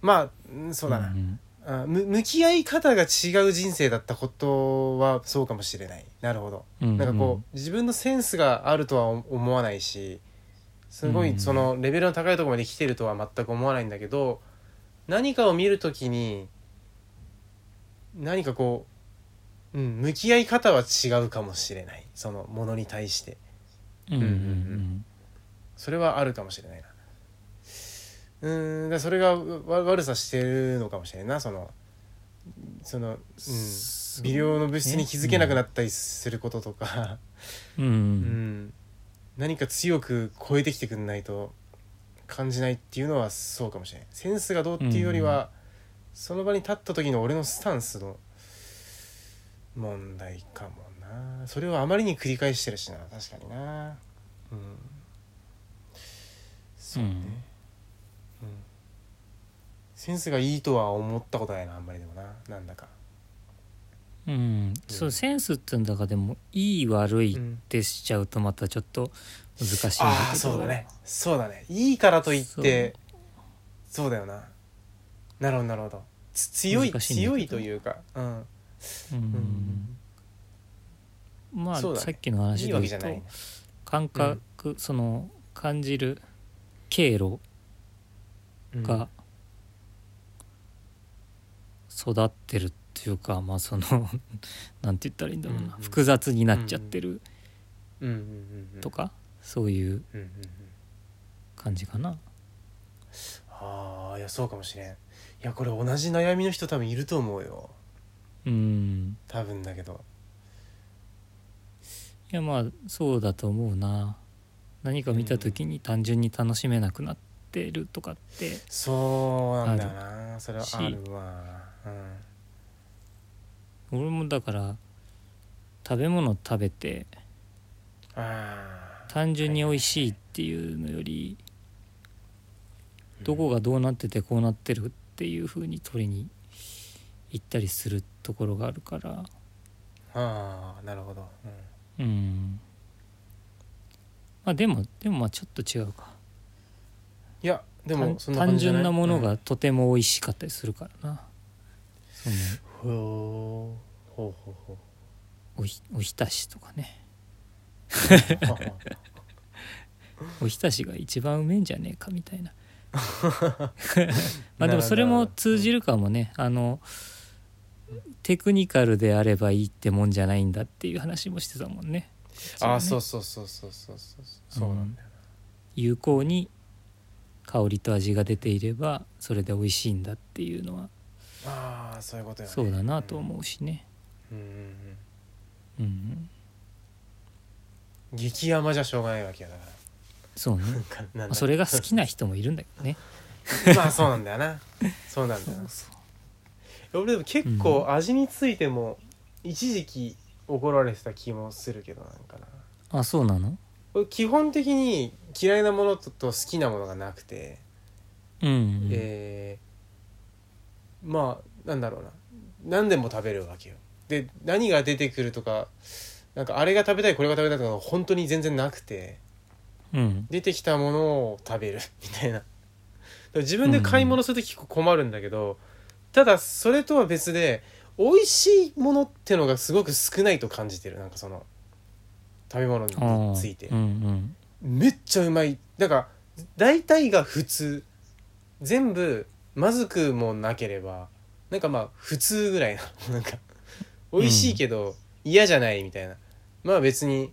[SPEAKER 1] まあうんそうだな、
[SPEAKER 2] ん
[SPEAKER 1] あむ向き合い方が違う人生だったことはそうかもしれないなるほど、
[SPEAKER 2] うん
[SPEAKER 1] なんかこう自分のセンスがあるとは思思わないしすご
[SPEAKER 2] うん
[SPEAKER 1] いそのレベルの高いところまで来てるとは全く思わないんだけど何かを見るときに何かこう、うん、向き合い方は違うかもしれないそのものに対して
[SPEAKER 2] うんうんうん
[SPEAKER 1] それはあるかもしれないなうーんだからそれがわ悪さしてるのかもしれないなそのその、うん、
[SPEAKER 2] そう
[SPEAKER 1] 微量の物質に気づけなくなったりすることとか、
[SPEAKER 2] うんう
[SPEAKER 1] うん
[SPEAKER 2] ん
[SPEAKER 1] 何か強く超えてきてくんないと感じないっていうのはそうかもしれないセンスがどうっていうよりは、その場に立った時の俺のスタンスの問題かもなそれをあまりに繰り返してるしな確かになうんそうね、うんセンスがいいとは思ったことないなあんまりでもななんだか
[SPEAKER 2] うんそうセンスっていうんだかでもいい悪いってしちゃうとまたちょっと難しいんだけど、
[SPEAKER 1] ああそうだねそうだねいいからといってそうだよななるほどなるほどつ強い
[SPEAKER 2] 難しいんだけど
[SPEAKER 1] 強いというかうん
[SPEAKER 2] うん
[SPEAKER 1] うん
[SPEAKER 2] まあ、
[SPEAKER 1] そうだね
[SPEAKER 2] さっきの話
[SPEAKER 1] いい
[SPEAKER 2] で
[SPEAKER 1] わ
[SPEAKER 2] 言
[SPEAKER 1] け
[SPEAKER 2] う
[SPEAKER 1] じゃ
[SPEAKER 2] と
[SPEAKER 1] ない
[SPEAKER 2] 感覚、その感じる経路
[SPEAKER 1] うん
[SPEAKER 2] が育ってるっていうか、まあその なんて言ったらいいんだろうな、
[SPEAKER 1] うんうん
[SPEAKER 2] 複雑になっちゃってる
[SPEAKER 1] うんうんうんうん
[SPEAKER 2] とか、そういう
[SPEAKER 1] うんうんうん
[SPEAKER 2] 感じかな。
[SPEAKER 1] ああいやそうかもしれんいやこれ同じ悩みの人多分いると思うよ
[SPEAKER 2] うん
[SPEAKER 1] 多分だけど
[SPEAKER 2] いやまあそうだと思うな何か見た時に単純に楽しめなくなってるとかって
[SPEAKER 1] そうなんだよなそれは
[SPEAKER 2] し
[SPEAKER 1] あるわうん
[SPEAKER 2] 俺もだから食べ物食べて
[SPEAKER 1] ああ
[SPEAKER 2] 単純に美味しいっていうのより
[SPEAKER 1] うん
[SPEAKER 2] どこがどうなっててこうなってるっていう風に取りに行ったりするところがあるから
[SPEAKER 1] ああなるほど、うん、
[SPEAKER 2] うんまあでもでもまあちょっと違うか
[SPEAKER 1] いやで
[SPEAKER 2] 単
[SPEAKER 1] もそんな感
[SPEAKER 2] 単
[SPEAKER 1] じじゃい
[SPEAKER 2] 純なもの
[SPEAKER 1] う
[SPEAKER 2] が
[SPEAKER 1] ん
[SPEAKER 2] とても美味しかったりするからな、その
[SPEAKER 1] ほうほうほうほう
[SPEAKER 2] おひおひたしとかね
[SPEAKER 1] はは
[SPEAKER 2] おひたしが一番うめえんじゃねえかみた いなまあでもそれも通じるかもねあのテクニカルであればいいってもんじゃないんだっていう話もしてたもんね
[SPEAKER 1] ああそううそうそうそうそうそうそうなんだよ
[SPEAKER 2] 有効に香りと味が出ていればそれで美味しいんだっていうのは
[SPEAKER 1] な、ああそういうことよ、ね、
[SPEAKER 2] そうだなと思うしね
[SPEAKER 1] うん、うんうん
[SPEAKER 2] うん、うん、
[SPEAKER 1] うん、激甘じゃしょうがないわけやだか
[SPEAKER 2] そ うね、
[SPEAKER 1] らなんかなん
[SPEAKER 2] まあ
[SPEAKER 1] だ
[SPEAKER 2] それが好きな人もいるんだけ どね
[SPEAKER 1] まあそうなんだよなそうなんだよな俺でも結構味についても一時期怒られてた気もするけどなんかな
[SPEAKER 2] あそうなの
[SPEAKER 1] 俺基本的に嫌いなものとと好きなものがなくて、
[SPEAKER 2] うんうん、
[SPEAKER 1] えーまあなんだろうな何でも食べるわけよで何が出てくるとかなんかあれが食べたいこれが食べたいとか本当に全然なくて
[SPEAKER 2] うん
[SPEAKER 1] 出てきたものを食べる みたいなだから自分で買い物すると結構困るんだけど、ただそれとは別で美味しいものってのがすごく少ないと感じてるなんかその食べ物
[SPEAKER 2] あー
[SPEAKER 1] について
[SPEAKER 2] うんうん
[SPEAKER 1] めっちゃうまいだから大体が普通全部まずくもなければなんかまあ普通ぐらいな なんか美味しいけど嫌じゃないみたいな、まあ別に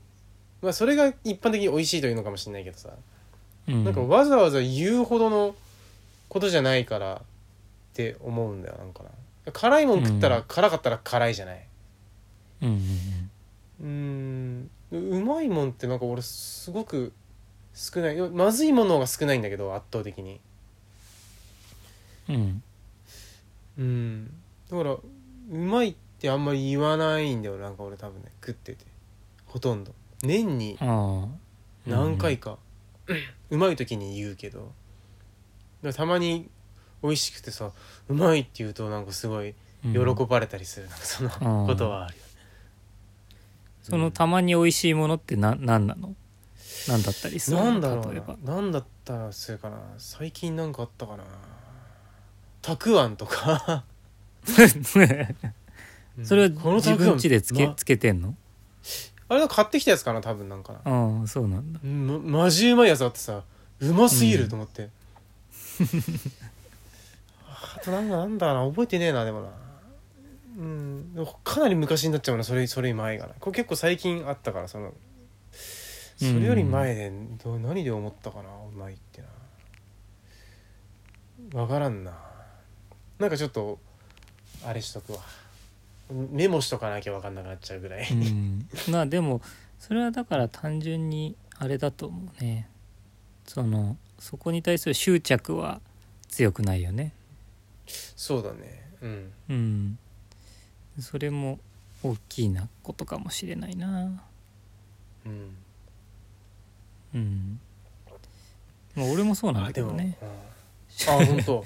[SPEAKER 1] まあそれが一般的に美味しいというのかもしれないけどさ、
[SPEAKER 2] うん
[SPEAKER 1] なんかわざわざ言うほどのことじゃないからって思うんだよなんかな辛いもん食ったら、
[SPEAKER 2] うん
[SPEAKER 1] 辛かったら辛いじゃない
[SPEAKER 2] うんうんうん
[SPEAKER 1] うーんうまいもんってなんか俺すごく少ないいやまずいものが少ないんだけど圧倒的に
[SPEAKER 2] うん
[SPEAKER 1] うんだからうまいってあんまり言わないんだよなんか俺多分ね食っててほとんど年に
[SPEAKER 2] ああ
[SPEAKER 1] 何回か、うまい時に言うけどだからたまに美味しくてさうまいって言うとなんかすごい
[SPEAKER 2] うん
[SPEAKER 1] 喜ばれたりする、なんかその
[SPEAKER 2] あー
[SPEAKER 1] ことはあるよね
[SPEAKER 2] そのたまに美味しいものってな何なの何だったりするの
[SPEAKER 1] なんだろ
[SPEAKER 2] 例えば
[SPEAKER 1] うななんだったらするかな最近なんかあったかなたくあんとか
[SPEAKER 2] それは
[SPEAKER 1] うん この
[SPEAKER 2] 自
[SPEAKER 1] たくあん
[SPEAKER 2] 分家でつけ
[SPEAKER 1] ま
[SPEAKER 2] つけてんの
[SPEAKER 1] あれは買ってきたやつかな多分なんかな
[SPEAKER 2] ああそうなんだ
[SPEAKER 1] まマジうまいやつあってさうますぎると思って、あとなんだなんだな覚えてねえなでもなうんでもかなり昔になっちゃうなそれそれ前がなこれ結構最近あったからそのそれより前でどう何で思ったかなうまいってなわからんななんかちょっとあれしとくわメモしとかなきゃわかんなくなっちゃうぐらい、
[SPEAKER 2] うんまあでもそれはだから単純にあれだと思うねそのそこに対する執着は強くないよね
[SPEAKER 1] そうだねうん
[SPEAKER 2] うんそれも大きいなことかもしれないな
[SPEAKER 1] うん
[SPEAKER 2] うんまあ俺もそうなんだけどね
[SPEAKER 1] あでもうんあ本 当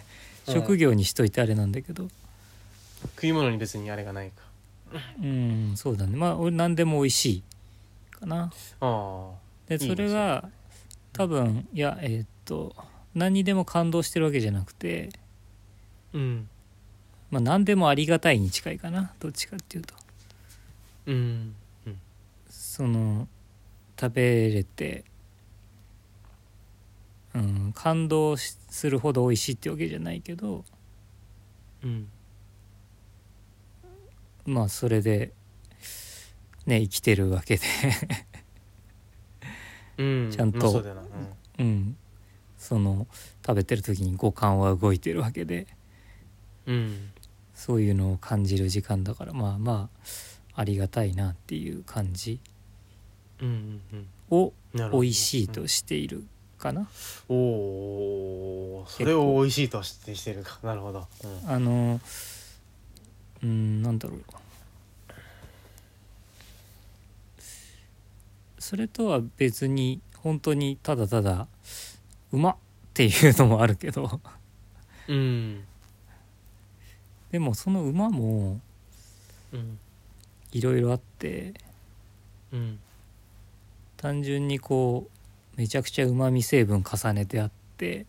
[SPEAKER 2] 職
[SPEAKER 1] 業
[SPEAKER 2] 業にしといてあれなんだけど
[SPEAKER 1] 食い物に別にあれがないか
[SPEAKER 2] うんそうだねまあ俺何でも美味しいかな
[SPEAKER 1] あ
[SPEAKER 2] で
[SPEAKER 1] いいね
[SPEAKER 2] それが多分いやえーっと何にでも感動してるわけじゃなくて、
[SPEAKER 1] あうん
[SPEAKER 2] まあ、何でもありがたいに近いかなどっちかっていうと
[SPEAKER 1] うん
[SPEAKER 2] その食べれて、うん、感動しするほど美味しいってわけじゃないけど
[SPEAKER 1] うん
[SPEAKER 2] まあそれでね生きてるわけで、
[SPEAKER 1] うん
[SPEAKER 2] ちゃんと
[SPEAKER 1] まあそうだよな、うん
[SPEAKER 2] うん、その食べてる時に五感は動いてるわけで
[SPEAKER 1] うん、
[SPEAKER 2] そういうのを感じる時間だからまあまあありがたいなっていう感じ
[SPEAKER 1] うんうんうん
[SPEAKER 2] を
[SPEAKER 1] なるほど
[SPEAKER 2] 美味しいとしているかな。
[SPEAKER 1] うんおーそれを美味しいとしてしてるかなるほど、うん
[SPEAKER 2] あのうんなんだろうそれとは別に本当にただただうまっっていうのもあるけど
[SPEAKER 1] うん
[SPEAKER 2] でもそのうまも
[SPEAKER 1] うん
[SPEAKER 2] いろいろあって
[SPEAKER 1] うん
[SPEAKER 2] 単純にこうめちゃくちゃうまみ成分重ねてあって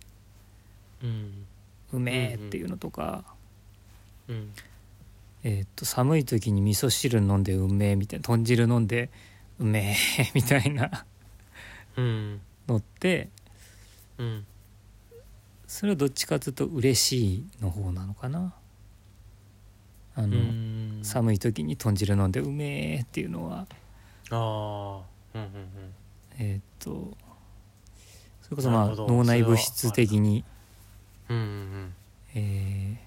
[SPEAKER 1] うん
[SPEAKER 2] うめえっていうのとか、
[SPEAKER 1] うん
[SPEAKER 2] えーっと寒い時に味噌汁飲んでうめえみたいな豚汁飲んでうめえみたいな
[SPEAKER 1] うん
[SPEAKER 2] のって
[SPEAKER 1] うん
[SPEAKER 2] それはどっちかというと嬉しいの方なのかなあの、
[SPEAKER 1] うん
[SPEAKER 2] 寒い時に豚汁飲んでうめえっていうのは
[SPEAKER 1] ああうんうんうん
[SPEAKER 2] えーっとそれこそま
[SPEAKER 1] な
[SPEAKER 2] あ
[SPEAKER 1] るほど
[SPEAKER 2] 脳内物質的に、
[SPEAKER 1] うんうん
[SPEAKER 2] え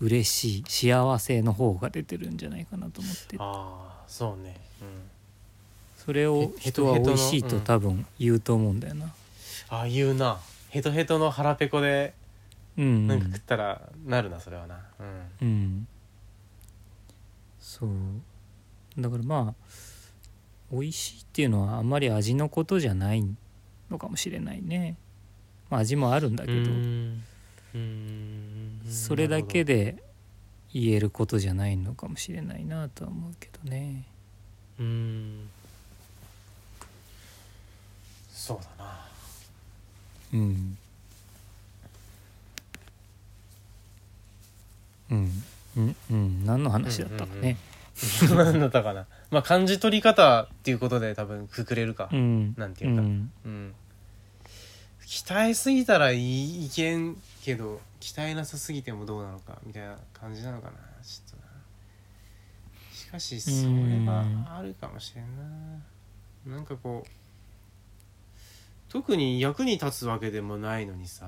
[SPEAKER 2] ー、嬉しい幸せの方が出てるんじゃないかなと思って
[SPEAKER 1] ああそうねうん
[SPEAKER 2] それを
[SPEAKER 1] へ
[SPEAKER 2] 人は
[SPEAKER 1] へとへと
[SPEAKER 2] 美
[SPEAKER 1] の
[SPEAKER 2] 味しいと
[SPEAKER 1] うん
[SPEAKER 2] 多分言うと思うんだよな。
[SPEAKER 1] ああ言うなヘトヘトの腹ペコで
[SPEAKER 2] うん、う
[SPEAKER 1] なん
[SPEAKER 2] ん
[SPEAKER 1] か食ったらなるなそれはなうん
[SPEAKER 2] うん、そうだからまあ美味しいっていうのはあんまり味のことじゃないのかもしれないね、まあ、味もあるんだけど
[SPEAKER 1] うんうん
[SPEAKER 2] それだけ
[SPEAKER 1] で
[SPEAKER 2] で言えることじゃないのかもしれないなとは思うけどね
[SPEAKER 1] うんそうだな
[SPEAKER 2] うんうんうんうん何の話だったかね
[SPEAKER 1] 何だったかな まあ感じ取り方っていうことで多分くくれるか、
[SPEAKER 2] うん
[SPEAKER 1] なんて
[SPEAKER 2] う
[SPEAKER 1] いうか、
[SPEAKER 2] ん
[SPEAKER 1] うん期待すぎたらいいけんけど期待なさすぎてもどうなのかみたいな感じなのかなちょっとなしかしそれがあるかもしれんななんかこう特に役に立つわけでもないのにさ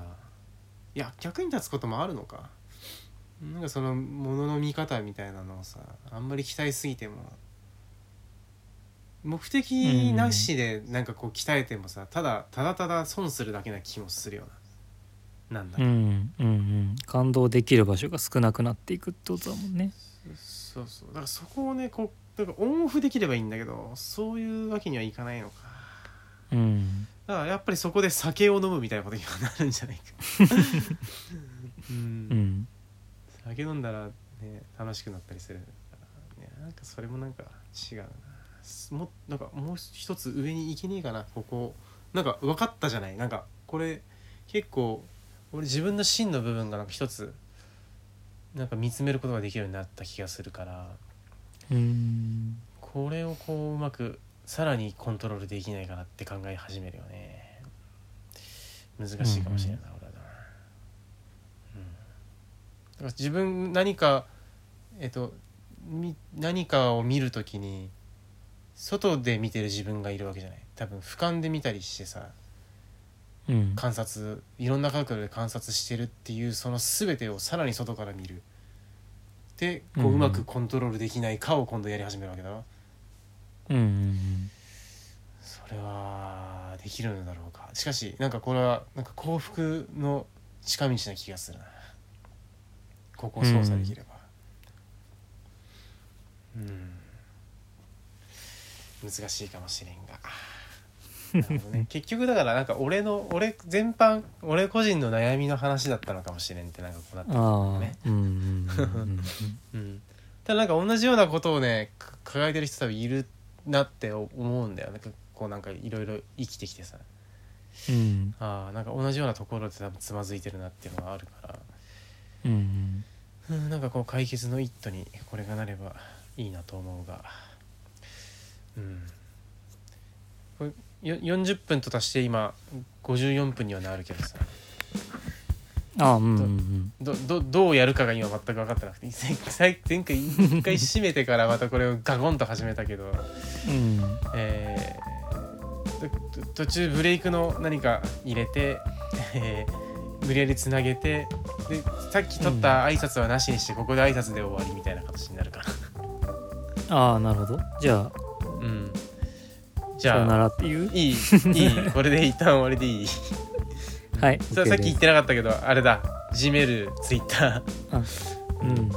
[SPEAKER 1] いや役に立つこともあるのかなんかそのものの見方みたいなのをさあんまり期待すぎても目的なしでなんかこう鍛えてもさただただただ損するだけな気もするようななんだ
[SPEAKER 2] う
[SPEAKER 1] ろうん
[SPEAKER 2] うんうん感動できる場所が少なくなっていくってことだもんね
[SPEAKER 1] そうそうだからそこをねこうなんかオンオフできればいいんだけどそういうわけにはいかないのか
[SPEAKER 2] うん
[SPEAKER 1] だからやっぱりそこで酒を飲むみたいなことにはなるんじゃ ないかう
[SPEAKER 2] うんん
[SPEAKER 1] 酒飲んだらね楽しくなったりするからねなんかそれもなんか違うなすもなんかもう一つ上に行けねえかなここなんか分かったじゃないなんかこれ結構俺自分の芯の部分がなんか一つなんか見つめることができるようになった気がするから
[SPEAKER 2] うん
[SPEAKER 1] これをこううまくさらにコントロールできないかなって考え始めるよね難しいかもしれないな、俺はな、うん、だから自分何かえっとみ何かを見るときに外で見てる自分がいるわけじゃない多分俯瞰で見たりしてさ
[SPEAKER 2] うん
[SPEAKER 1] 観察いろんな角度で観察してるっていうその全てをさらに外から見るでこ
[SPEAKER 2] うん
[SPEAKER 1] う
[SPEAKER 2] うん
[SPEAKER 1] うまくコントロールできないかを今度やり始めるわけだな、
[SPEAKER 2] うんうん
[SPEAKER 1] それはできるのだろうかしかしなんかこれはなんか幸福の近道な気がするなここを操作できればうん、難しいかもしれんがなるほ どね結局だからなんか俺の俺全般俺個人の悩みの話だったのかもしれんってなんかこうなって
[SPEAKER 2] ああうんうんうん
[SPEAKER 1] うん、ただなんか同じようなことをねか抱えてる人多分いるなって思うんだよねこうなんかいろいろ生きてきてさ
[SPEAKER 2] うん
[SPEAKER 1] ああなんか同じようなところで多分つまずいてるなっていうのがあるから、
[SPEAKER 2] うん
[SPEAKER 1] うん、なんかこう解決の一途にこれがなればいいなと思うがうんこれよ40分と足して今54分にはなるけどさ
[SPEAKER 2] あうんうんうん
[SPEAKER 1] どどどうやるかが今全く分かってなくて前回前回一回締めてからまたこれをガゴンと始めたけど、
[SPEAKER 2] うん
[SPEAKER 1] えーとと途中ブレイクの何か入れて、 えー無理やりつなげてでさっき取った挨拶はなしにして、ここで挨拶で終わりみたいな形になるから。
[SPEAKER 2] ああなるほどじゃあ
[SPEAKER 1] うん、じ
[SPEAKER 2] じゃあさよな
[SPEAKER 1] ゃあ
[SPEAKER 2] らっていう
[SPEAKER 1] いいいいこれで一旦終わりでい い
[SPEAKER 2] はい
[SPEAKER 1] さ
[SPEAKER 2] OK
[SPEAKER 1] さっき言
[SPEAKER 2] で
[SPEAKER 1] っ
[SPEAKER 2] す
[SPEAKER 1] てなかったけどあれだ Gmail、Twitter
[SPEAKER 2] うん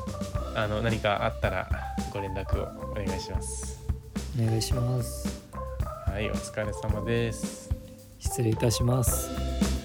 [SPEAKER 1] あの何かあったらご連絡をお願いします。
[SPEAKER 2] お願いします
[SPEAKER 1] はい、お疲れ様です。
[SPEAKER 2] 失礼いたします